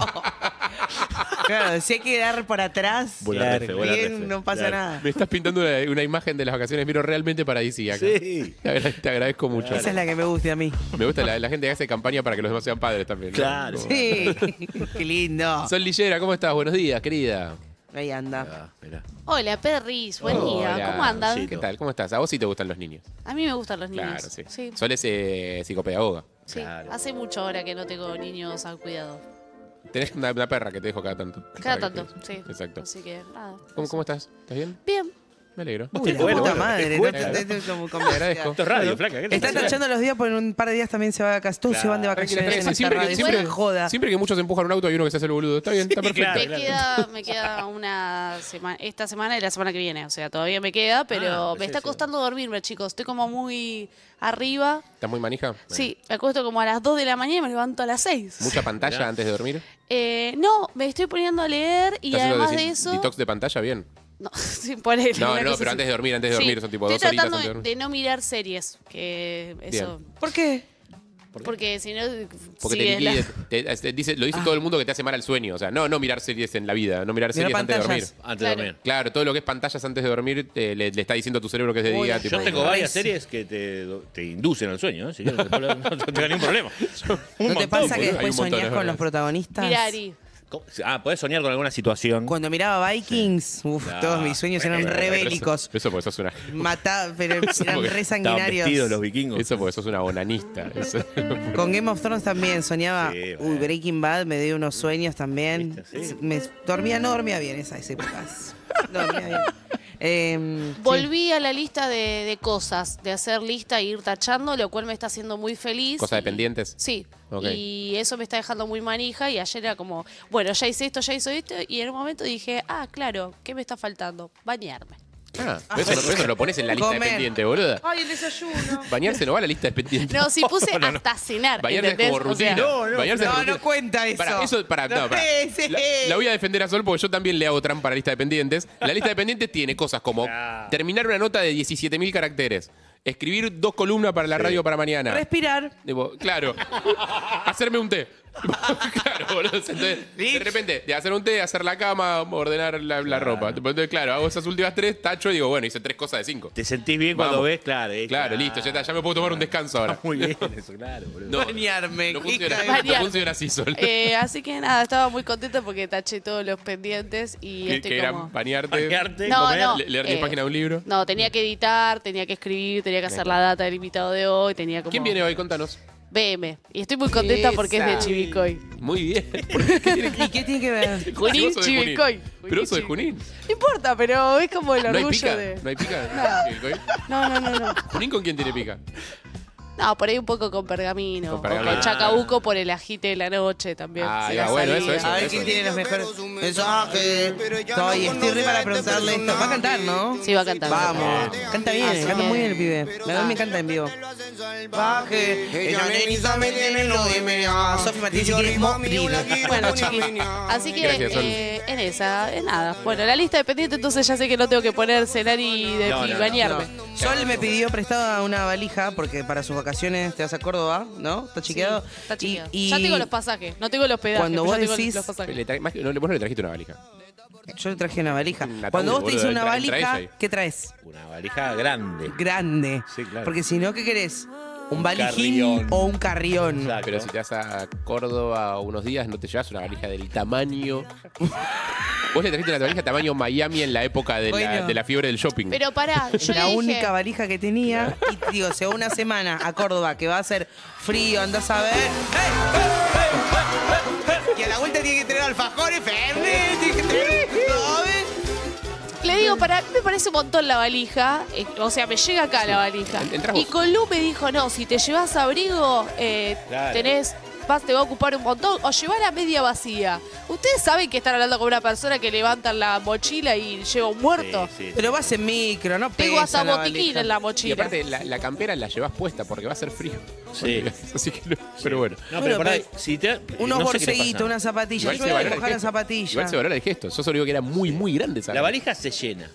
[SPEAKER 3] Claro, si hay que dar por atrás,
[SPEAKER 4] Buena
[SPEAKER 1] Claro,
[SPEAKER 4] refe, buena refe.
[SPEAKER 3] bien, no pasa
[SPEAKER 4] Claro.
[SPEAKER 3] nada.
[SPEAKER 2] Me estás pintando una, una imagen de las vacaciones, miro realmente paradisíaca.
[SPEAKER 4] Sí.
[SPEAKER 2] Te, agra- te agradezco mucho.
[SPEAKER 3] Esa es la que me gusta a mí.
[SPEAKER 2] Me gusta la, la gente que hace campaña para que los demás sean padres también. ¿no?
[SPEAKER 4] Claro.
[SPEAKER 2] Como-
[SPEAKER 3] Sí, qué lindo.
[SPEAKER 2] Sol Lillera, ¿cómo estás? Buenos días, querida.
[SPEAKER 3] Ahí anda.
[SPEAKER 4] Ah, mirá.
[SPEAKER 5] Hola, Perris, buen día.
[SPEAKER 2] Hola.
[SPEAKER 5] ¿Cómo andan?
[SPEAKER 4] Sí.
[SPEAKER 2] ¿Qué tal? ¿Cómo estás? A vos sí te gustan los niños.
[SPEAKER 5] A mí me gustan los niños.
[SPEAKER 2] Claro, sí.
[SPEAKER 5] Sí,
[SPEAKER 2] Sol es eh, psicopedagoga.
[SPEAKER 5] sí.
[SPEAKER 4] Claro.
[SPEAKER 5] Hace mucho hora que no tengo niños al cuidado.
[SPEAKER 2] Tenés una, una perra que te dejo cada tanto.
[SPEAKER 5] Cada
[SPEAKER 2] Para que
[SPEAKER 5] tanto,
[SPEAKER 2] te-
[SPEAKER 5] sí.
[SPEAKER 2] Exacto.
[SPEAKER 5] Así que, nada.
[SPEAKER 2] ¿Cómo, cómo estás? ¿Estás bien?
[SPEAKER 5] Bien.
[SPEAKER 2] Me alegro.
[SPEAKER 3] Uy, la
[SPEAKER 4] Bueno,
[SPEAKER 3] puta
[SPEAKER 4] bueno,
[SPEAKER 3] madre.
[SPEAKER 4] te
[SPEAKER 3] no
[SPEAKER 4] cuento.
[SPEAKER 3] te- te- te- como- como-
[SPEAKER 2] Te agradezco.
[SPEAKER 4] Esto es radio, flaca. ¿qué te
[SPEAKER 3] Está
[SPEAKER 4] pasa?
[SPEAKER 3] tachando los días porque en un par de días también se va a castor, se
[SPEAKER 4] Claro.
[SPEAKER 3] van de
[SPEAKER 2] Tranquila,
[SPEAKER 3] vacaciones
[SPEAKER 2] tranquila.
[SPEAKER 3] en esta
[SPEAKER 2] Siempre, que,
[SPEAKER 3] radio.
[SPEAKER 2] siempre-
[SPEAKER 3] Es una joda.
[SPEAKER 2] siempre que muchos empujan un auto hay uno que se hace el boludo. Está bien, está
[SPEAKER 4] Sí,
[SPEAKER 2] perfecto.
[SPEAKER 4] claro.
[SPEAKER 5] Me queda, me queda una semana, esta semana y la semana que viene. O sea, todavía me queda, pero
[SPEAKER 4] Ah,
[SPEAKER 5] me está
[SPEAKER 4] sí, sí.
[SPEAKER 5] costando dormirme, chicos. Estoy como muy arriba.
[SPEAKER 2] ¿Estás muy manija?
[SPEAKER 5] Sí, me acuesto como a las 2 de la mañana y me levanto a las 6.
[SPEAKER 2] ¿Mucha pantalla
[SPEAKER 4] Mirá.
[SPEAKER 2] antes de dormir?
[SPEAKER 5] Eh, no, me estoy poniendo a leer y
[SPEAKER 2] ¿Estás haciendo
[SPEAKER 5] además
[SPEAKER 2] desi-
[SPEAKER 5] de eso.
[SPEAKER 2] ¿Detox de pantalla? Bien.
[SPEAKER 5] No, sin poner.
[SPEAKER 2] No, no, pero antes de dormir, antes de dormir, son tipo dos
[SPEAKER 5] Estoy
[SPEAKER 2] horitas
[SPEAKER 5] tratando
[SPEAKER 2] antes de
[SPEAKER 5] de,
[SPEAKER 2] dormir.
[SPEAKER 5] de no mirar series, que eso.
[SPEAKER 3] ¿Por qué?
[SPEAKER 5] Porque si no.
[SPEAKER 2] Porque te
[SPEAKER 5] sigue la-
[SPEAKER 2] liquide- te- te dice, lo dice todo el mundo que te hace mal al sueño. O sea, no, no mirar series en la vida, no mirar series antes de dormir.
[SPEAKER 3] pantallas.
[SPEAKER 4] Antes de
[SPEAKER 5] Claro.
[SPEAKER 4] dormir.
[SPEAKER 2] Claro, todo lo que es pantallas antes de dormir eh, le, le está diciendo a tu cerebro que es de
[SPEAKER 3] Uy,
[SPEAKER 2] día.
[SPEAKER 4] Yo
[SPEAKER 2] tipo,
[SPEAKER 4] tengo varias
[SPEAKER 3] Parece.
[SPEAKER 4] series que te, te inducen al sueño, ¿eh? Si quieres, después lo- no tengo ningún problema. Un
[SPEAKER 3] ¿No te
[SPEAKER 4] montón,
[SPEAKER 3] pasa que
[SPEAKER 4] boludo.
[SPEAKER 2] Hay un montón,
[SPEAKER 3] después soñás
[SPEAKER 2] es
[SPEAKER 3] con
[SPEAKER 2] verdad.
[SPEAKER 3] los protagonistas?
[SPEAKER 5] Mirá, Ari.
[SPEAKER 4] ¿Cómo? Ah, podés soñar con alguna situación.
[SPEAKER 3] Cuando miraba Vikings, uf,
[SPEAKER 4] Ah,
[SPEAKER 3] todos mis sueños eran
[SPEAKER 4] bueno,
[SPEAKER 3] re
[SPEAKER 4] pero eso-
[SPEAKER 3] bélicos.
[SPEAKER 2] Eso porque sos una.
[SPEAKER 3] Mataba, pero eran
[SPEAKER 2] porque
[SPEAKER 3] re
[SPEAKER 4] Estaban vestidos los
[SPEAKER 3] sanguinarios.
[SPEAKER 4] vikingos.
[SPEAKER 2] Eso porque sos una onanista. Eso-
[SPEAKER 3] Con Game of Thrones también soñaba,
[SPEAKER 4] Sí, bueno.
[SPEAKER 3] uy, Breaking Bad, me dio unos sueños también.
[SPEAKER 4] ¿Viste? Sí.
[SPEAKER 3] Me dormía, no dormía bien esas épocas. No dormía bien. Em, sí.
[SPEAKER 5] Volví a la lista de, de cosas, de hacer lista e ir tachando, lo cual me está haciendo muy feliz.
[SPEAKER 2] Cosas
[SPEAKER 5] Y-
[SPEAKER 2] dependientes.
[SPEAKER 5] Sí.
[SPEAKER 2] Ok.
[SPEAKER 5] Y eso me está dejando muy manija. Y ayer era como, bueno, ya hice esto, ya hice esto. Y en un momento dije, ah, claro, ¿qué me está faltando? Bañarme.
[SPEAKER 2] Ah, pero eso, pero eso lo pones en la lista de
[SPEAKER 3] Comer.
[SPEAKER 2] pendiente, boluda.
[SPEAKER 3] Ay, el desayuno.
[SPEAKER 2] Bañarse no va a la lista de pendiente.
[SPEAKER 5] No, si puse hasta cenar.
[SPEAKER 2] Bañarse es
[SPEAKER 5] ¿entendés?
[SPEAKER 2] como
[SPEAKER 5] O sea,
[SPEAKER 2] rutina.
[SPEAKER 4] No, no,
[SPEAKER 2] Bañarse es
[SPEAKER 3] No,
[SPEAKER 2] rutina.
[SPEAKER 3] no cuenta eso.
[SPEAKER 2] Pará, eso, pará, no, pará.
[SPEAKER 3] Sí, sí.
[SPEAKER 2] La, la voy a defender a Sol porque yo también le hago trampa a la lista de pendientes. La lista de pendientes tiene cosas como
[SPEAKER 4] Ah.
[SPEAKER 2] terminar una nota de 17.000 caracteres, escribir dos columnas para la radio para mañana.
[SPEAKER 3] Respirar.
[SPEAKER 2] Tipo, claro, hacerme un té. claro, boludo. Entonces, de repente, de hacer un té, hacer la cama, ordenar la, la ropa. Tipo, Entonces, claro, hago esas últimas tres, tacho y digo, bueno, hice tres cosas de cinco.
[SPEAKER 4] Te sentís bien cuando
[SPEAKER 2] Vamos.
[SPEAKER 4] ves, claro. eh,
[SPEAKER 2] Claro, listo, ya está, ya me puedo tomar un descanso ahora.
[SPEAKER 4] Está muy bien eso, claro, boludo.
[SPEAKER 2] No,
[SPEAKER 3] Bañarme.
[SPEAKER 2] no
[SPEAKER 3] hija
[SPEAKER 2] funciona,
[SPEAKER 3] de-
[SPEAKER 2] no
[SPEAKER 5] Bañarme.
[SPEAKER 2] funciona así, Sol.
[SPEAKER 5] eh, así que nada, estaba muy contenta porque taché todos los pendientes y
[SPEAKER 2] que,
[SPEAKER 5] estoy
[SPEAKER 2] que era
[SPEAKER 5] como...
[SPEAKER 2] bañarte,
[SPEAKER 4] Bañarte,
[SPEAKER 5] No,
[SPEAKER 2] comer,
[SPEAKER 5] no,
[SPEAKER 2] le- leer 10
[SPEAKER 5] eh,
[SPEAKER 2] páginas de un libro.
[SPEAKER 5] No, tenía que editar, tenía que escribir, tenía que hacer la data del invitado de hoy, tenía como...
[SPEAKER 2] ¿Quién viene hoy? Contanos.
[SPEAKER 5] BM. Y estoy muy contenta porque es de
[SPEAKER 3] Esa.
[SPEAKER 5] Chivicoy.
[SPEAKER 2] Muy bien. ¿Por qué? ¿Qué tiene que
[SPEAKER 3] ¿Y qué tiene que ver?
[SPEAKER 2] Si
[SPEAKER 5] Junín,
[SPEAKER 2] vos sos de Junín.
[SPEAKER 5] Chivicoy.
[SPEAKER 2] Pero vos sos de Junín.
[SPEAKER 5] No importa, pero es como el
[SPEAKER 2] ¿No hay
[SPEAKER 5] orgullo
[SPEAKER 2] pica?
[SPEAKER 5] de...
[SPEAKER 2] ¿No hay pica? Chivilcoy.
[SPEAKER 5] No, no, no, no.
[SPEAKER 2] ¿Junín con quién tiene pica?
[SPEAKER 5] No, por ahí un poco con pergamino.
[SPEAKER 2] Con
[SPEAKER 5] o
[SPEAKER 2] pergamino.
[SPEAKER 5] con chacabuco por el ajite de la noche también.
[SPEAKER 2] Ah,
[SPEAKER 5] si
[SPEAKER 2] ya,
[SPEAKER 5] la
[SPEAKER 2] bueno,
[SPEAKER 5] salida.
[SPEAKER 2] eso,
[SPEAKER 3] A ver
[SPEAKER 2] eso.
[SPEAKER 3] quién tiene los mejores mensajes. Estoy, estoy re para preguntarle esto. Va a este cantar, ¿no?
[SPEAKER 5] Sí, va a cantar.
[SPEAKER 3] Vamos. Canta bien,
[SPEAKER 5] Así
[SPEAKER 3] canta
[SPEAKER 5] que-
[SPEAKER 3] muy bien el pibe. La verdad me encanta en vivo. Baje. Ella nenita me tiene no y me ama. Sofi Martínez quiere mocrina.
[SPEAKER 5] Bueno, chiquis. Así que
[SPEAKER 2] Gracias, Sol.
[SPEAKER 5] eh, en esa, en nada. Bueno, la lista de pendiente, entonces ya sé que no tengo que poner cenar y, de-
[SPEAKER 4] No,
[SPEAKER 5] y
[SPEAKER 4] no, no.
[SPEAKER 5] bañarme.
[SPEAKER 3] No. Sol me pidió prestada una valija porque para sus vacaciones te vas a Córdoba, ¿no? ¿Está chiqueado?
[SPEAKER 5] Sí, está
[SPEAKER 3] Y-
[SPEAKER 5] chequeado.
[SPEAKER 3] y-
[SPEAKER 5] Ya tengo los pasajes, no tengo los pedazos.
[SPEAKER 3] Cuando vos decís-
[SPEAKER 5] los pasajes.
[SPEAKER 2] Le tra- más que- no, le- vos no le trajiste una valija.
[SPEAKER 3] Yo le traje una valija.
[SPEAKER 2] Un ataúd,
[SPEAKER 3] Cuando vos te
[SPEAKER 2] boludo,
[SPEAKER 3] dices una
[SPEAKER 2] ahí traes
[SPEAKER 3] valija,
[SPEAKER 2] ahí.
[SPEAKER 3] ¿qué traes?
[SPEAKER 4] Una
[SPEAKER 3] Ah,
[SPEAKER 4] valija grande.
[SPEAKER 3] Grande.
[SPEAKER 4] Sí, claro.
[SPEAKER 3] Porque si no, ¿qué querés? ¿Un
[SPEAKER 4] Un
[SPEAKER 3] valijín
[SPEAKER 4] carrión.
[SPEAKER 3] o un carrión?
[SPEAKER 4] Exacto.
[SPEAKER 2] Pero si te vas a Córdoba unos días, no te llevas una valija del tamaño. Vos le trajiste una valija tamaño Miami en la época de, la,
[SPEAKER 3] Bueno.
[SPEAKER 2] de la fiebre del shopping.
[SPEAKER 5] Pero pará, yo
[SPEAKER 3] la
[SPEAKER 5] le dije,
[SPEAKER 3] única valija que tenía. Y digo, si a una semana a Córdoba, que va a ser frío, andás a ver. ¡Ey! ¡Ey! ¡Ey! ¡Ey! Y a la vuelta tiene que tener alfajores, Fernet, tiene que tener. ¿sabes?
[SPEAKER 5] le digo, para mí me parece un montón la valija, eh, o sea, me llega acá la valija.
[SPEAKER 2] En- entrás
[SPEAKER 5] Y
[SPEAKER 2] vos.
[SPEAKER 5] Colú me dijo, no, si te llevas abrigo, eh,
[SPEAKER 4] Claro.
[SPEAKER 5] tenés, vas, te va a ocupar un montón, o llevá la media vacía. Ustedes saben que están hablando con una persona que levantan la mochila y lleva un muerto.
[SPEAKER 4] Sí, sí.
[SPEAKER 3] Pero vas en micro, no pesa
[SPEAKER 5] Tengo hasta
[SPEAKER 3] la
[SPEAKER 5] botiquín
[SPEAKER 3] valija.
[SPEAKER 5] en la
[SPEAKER 2] y
[SPEAKER 5] mochila.
[SPEAKER 2] aparte, la, la campera la llevas puesta porque va a ser frío.
[SPEAKER 4] Sí.
[SPEAKER 2] Así que no- pero bueno.
[SPEAKER 4] No, pero
[SPEAKER 3] Bueno,
[SPEAKER 4] pará,
[SPEAKER 3] pero-
[SPEAKER 4] si te.
[SPEAKER 3] Unos
[SPEAKER 4] no sé qué te
[SPEAKER 3] borseguitos,
[SPEAKER 4] pasa.
[SPEAKER 3] unas zapatillas.
[SPEAKER 2] Igual
[SPEAKER 3] Yo
[SPEAKER 2] se
[SPEAKER 3] voy a
[SPEAKER 2] valora el
[SPEAKER 3] mojar la
[SPEAKER 2] gesto.
[SPEAKER 3] zapatilla.
[SPEAKER 2] Igual se valora el gesto. Yo solo digo que era muy, muy grande esa
[SPEAKER 4] La valija se llena.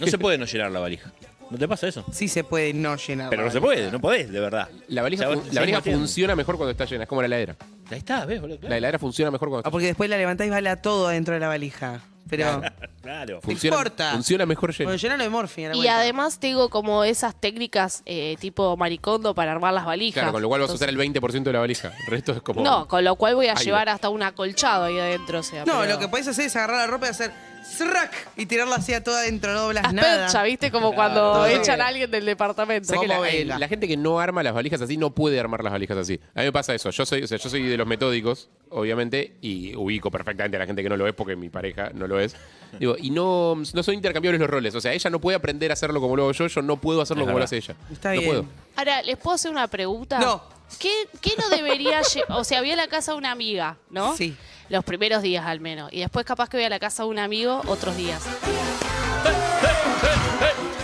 [SPEAKER 4] No se puede no llenar la valija. ¿No te pasa eso?
[SPEAKER 3] Sí se puede no llenar.
[SPEAKER 4] Pero no se puede, no podés, de verdad.
[SPEAKER 2] La valija,
[SPEAKER 4] Ya vos
[SPEAKER 2] fun-
[SPEAKER 4] te
[SPEAKER 2] la valija
[SPEAKER 4] seguís metiendo.
[SPEAKER 2] funciona mejor cuando está llena, es como la heladera.
[SPEAKER 4] Ahí está, ves, boludo.
[SPEAKER 2] La
[SPEAKER 4] Claro.
[SPEAKER 2] heladera funciona mejor cuando
[SPEAKER 3] Ah,
[SPEAKER 2] está
[SPEAKER 3] porque después la levantás y vale todo dentro de la valija. Pero.
[SPEAKER 4] Claro.
[SPEAKER 2] funciona,
[SPEAKER 3] importa. Pues,
[SPEAKER 2] funciona mejor llena.
[SPEAKER 3] Bueno, llenalo de morfina. la
[SPEAKER 5] Y
[SPEAKER 3] vuelta.
[SPEAKER 5] además tengo como esas técnicas eh, tipo maricondo para armar las valijas.
[SPEAKER 2] Claro, con lo cual vas a usar el 20% de la valija. El resto es como.
[SPEAKER 5] No, con lo cual voy a
[SPEAKER 2] Ahí
[SPEAKER 5] llevar
[SPEAKER 2] va.
[SPEAKER 5] hasta un acolchado ahí adentro. O sea,
[SPEAKER 3] No,
[SPEAKER 5] Ah, pero-
[SPEAKER 3] lo que podés hacer es agarrar la ropa y hacer zrack y tirarla así a toda adentro, no doblas nada.
[SPEAKER 5] Aspercha, ¿viste? Como cuando
[SPEAKER 3] todo
[SPEAKER 5] echan
[SPEAKER 3] bien.
[SPEAKER 5] a alguien del departamento.
[SPEAKER 2] ¿Sabés que
[SPEAKER 3] Como
[SPEAKER 2] la, eh,
[SPEAKER 3] vela.
[SPEAKER 2] la gente que no arma las valijas así no puede armar las valijas así. A mí me pasa eso. Yo soy, o sea, yo soy de los metódicos, obviamente, y ubico perfectamente a la gente que no lo es porque mi pareja no lo es. Digo, y no, no son intercambiables los roles. O sea, ella no puede aprender a hacerlo como lo hago yo, yo no puedo hacerlo
[SPEAKER 4] Es
[SPEAKER 2] como lo
[SPEAKER 4] verdad.
[SPEAKER 2] hace ella.
[SPEAKER 3] Está
[SPEAKER 2] no
[SPEAKER 3] bien.
[SPEAKER 2] puedo.
[SPEAKER 5] Ahora, ¿les puedo hacer una pregunta?
[SPEAKER 3] No.
[SPEAKER 5] ¿Qué, qué no debería lle- O sea, voy a la casa de una amiga, ¿no?
[SPEAKER 3] Sí.
[SPEAKER 5] Los primeros días al menos. Y después capaz que voy a la casa de un amigo otros días.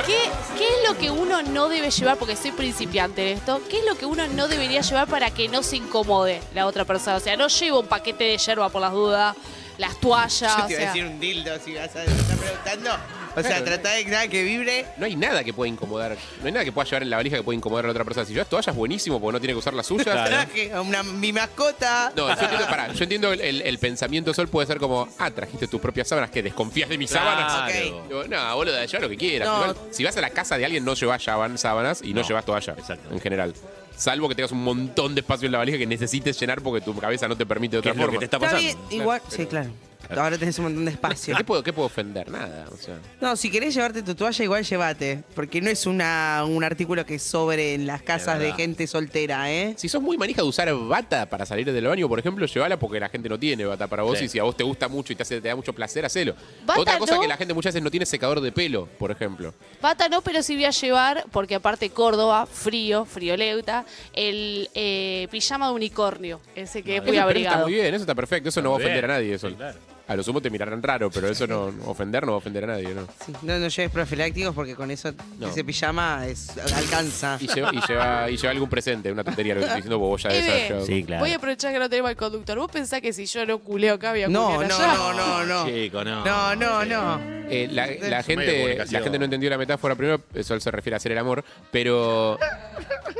[SPEAKER 5] ¿Qué, ¿Qué es lo que uno no debe llevar? Porque soy principiante en esto. ¿Qué es lo que uno no debería llevar para que no se incomode la otra persona? O sea, no llevo un paquete de yerba por las dudas, las toallas.
[SPEAKER 3] Yo
[SPEAKER 5] o
[SPEAKER 3] te iba
[SPEAKER 5] sea.
[SPEAKER 3] a decir un dildo si vas a estar preguntando. O sea, tratá de que nada que vibre.
[SPEAKER 2] No hay nada que pueda incomodar. No hay nada que pueda llevar en la valija que pueda incomodar a la otra persona. Si llevas toallas, buenísimo, porque no tiene que usar las suyas.
[SPEAKER 3] Traje a eh, una, mi mascota.
[SPEAKER 2] No, yo entiendo, pará, yo entiendo el, el- el pensamiento sol puede ser como, ah, trajiste tus propias sábanas, que desconfías de mis sábanas.
[SPEAKER 4] Claro.
[SPEAKER 2] Digo, no, boludo, lleva lo que quieras.
[SPEAKER 3] No.
[SPEAKER 2] Igual, si vas a la casa de alguien, no llevas llavan- sábanas y no, llevas toalla.
[SPEAKER 4] Exacto.
[SPEAKER 2] En general. Salvo que tengas un montón de espacio en la valija que necesites llenar porque tu cabeza no te permite de
[SPEAKER 4] ¿Qué
[SPEAKER 2] otra
[SPEAKER 4] es lo que
[SPEAKER 2] forma.
[SPEAKER 4] te está
[SPEAKER 3] Está
[SPEAKER 4] pasando?
[SPEAKER 3] bien, igual. Sí, claro. Ahora tenés un montón de espacio.
[SPEAKER 2] ¿Qué puedo, qué puedo ofender? Nada. O sea,
[SPEAKER 3] No, si querés llevarte tu toalla, igual llévate. Porque no es una, un artículo que sobre en las casas de
[SPEAKER 4] verdad.
[SPEAKER 3] gente soltera, ¿eh?
[SPEAKER 2] si sos muy manija de usar bata para salir del baño, por ejemplo, llévala porque la gente no tiene bata para vos
[SPEAKER 4] Sí.
[SPEAKER 2] y si a vos te gusta mucho y te, hace- te da mucho placer, hacelo.
[SPEAKER 5] Bata
[SPEAKER 2] Otra cosa
[SPEAKER 5] no.
[SPEAKER 2] que la gente muchas veces no tiene secador de pelo, por ejemplo.
[SPEAKER 5] Bata no, pero sí voy a llevar, porque aparte Córdoba, frío, frioleuta, el eh, pijama de unicornio, ese que es
[SPEAKER 2] Eso-
[SPEAKER 5] muy
[SPEAKER 2] pero eso
[SPEAKER 5] abrigado.
[SPEAKER 2] Está muy bien, eso está perfecto, eso no va a ofender a nadie. Eso.
[SPEAKER 4] Sí, claro.
[SPEAKER 2] A lo sumo te mirarán raro, pero eso no no- ofender no va a ofender a nadie, ¿no?
[SPEAKER 3] Sí, No, no lleves profilácticos porque con eso
[SPEAKER 2] No.
[SPEAKER 3] ese pijama es- alcanza.
[SPEAKER 2] Y lleva, y lleva, y lleva algún presente, una tontería lo que estoy diciendo, porque vos ya debes haber
[SPEAKER 5] Eve.
[SPEAKER 2] llevado-
[SPEAKER 4] Sí, claro.
[SPEAKER 5] Voy a aprovechar que no tenemos al conductor. ¿Vos pensás que si yo no culeo acá voy a
[SPEAKER 3] No, no,
[SPEAKER 5] culiar allá?
[SPEAKER 3] no, no, no.
[SPEAKER 4] Chico, no.
[SPEAKER 3] No, no, no.
[SPEAKER 2] Eh, la, la
[SPEAKER 4] medio de
[SPEAKER 2] gente,
[SPEAKER 4] comunicación.
[SPEAKER 2] la gente no entendió la metáfora primero, eso se refiere a hacer el amor, pero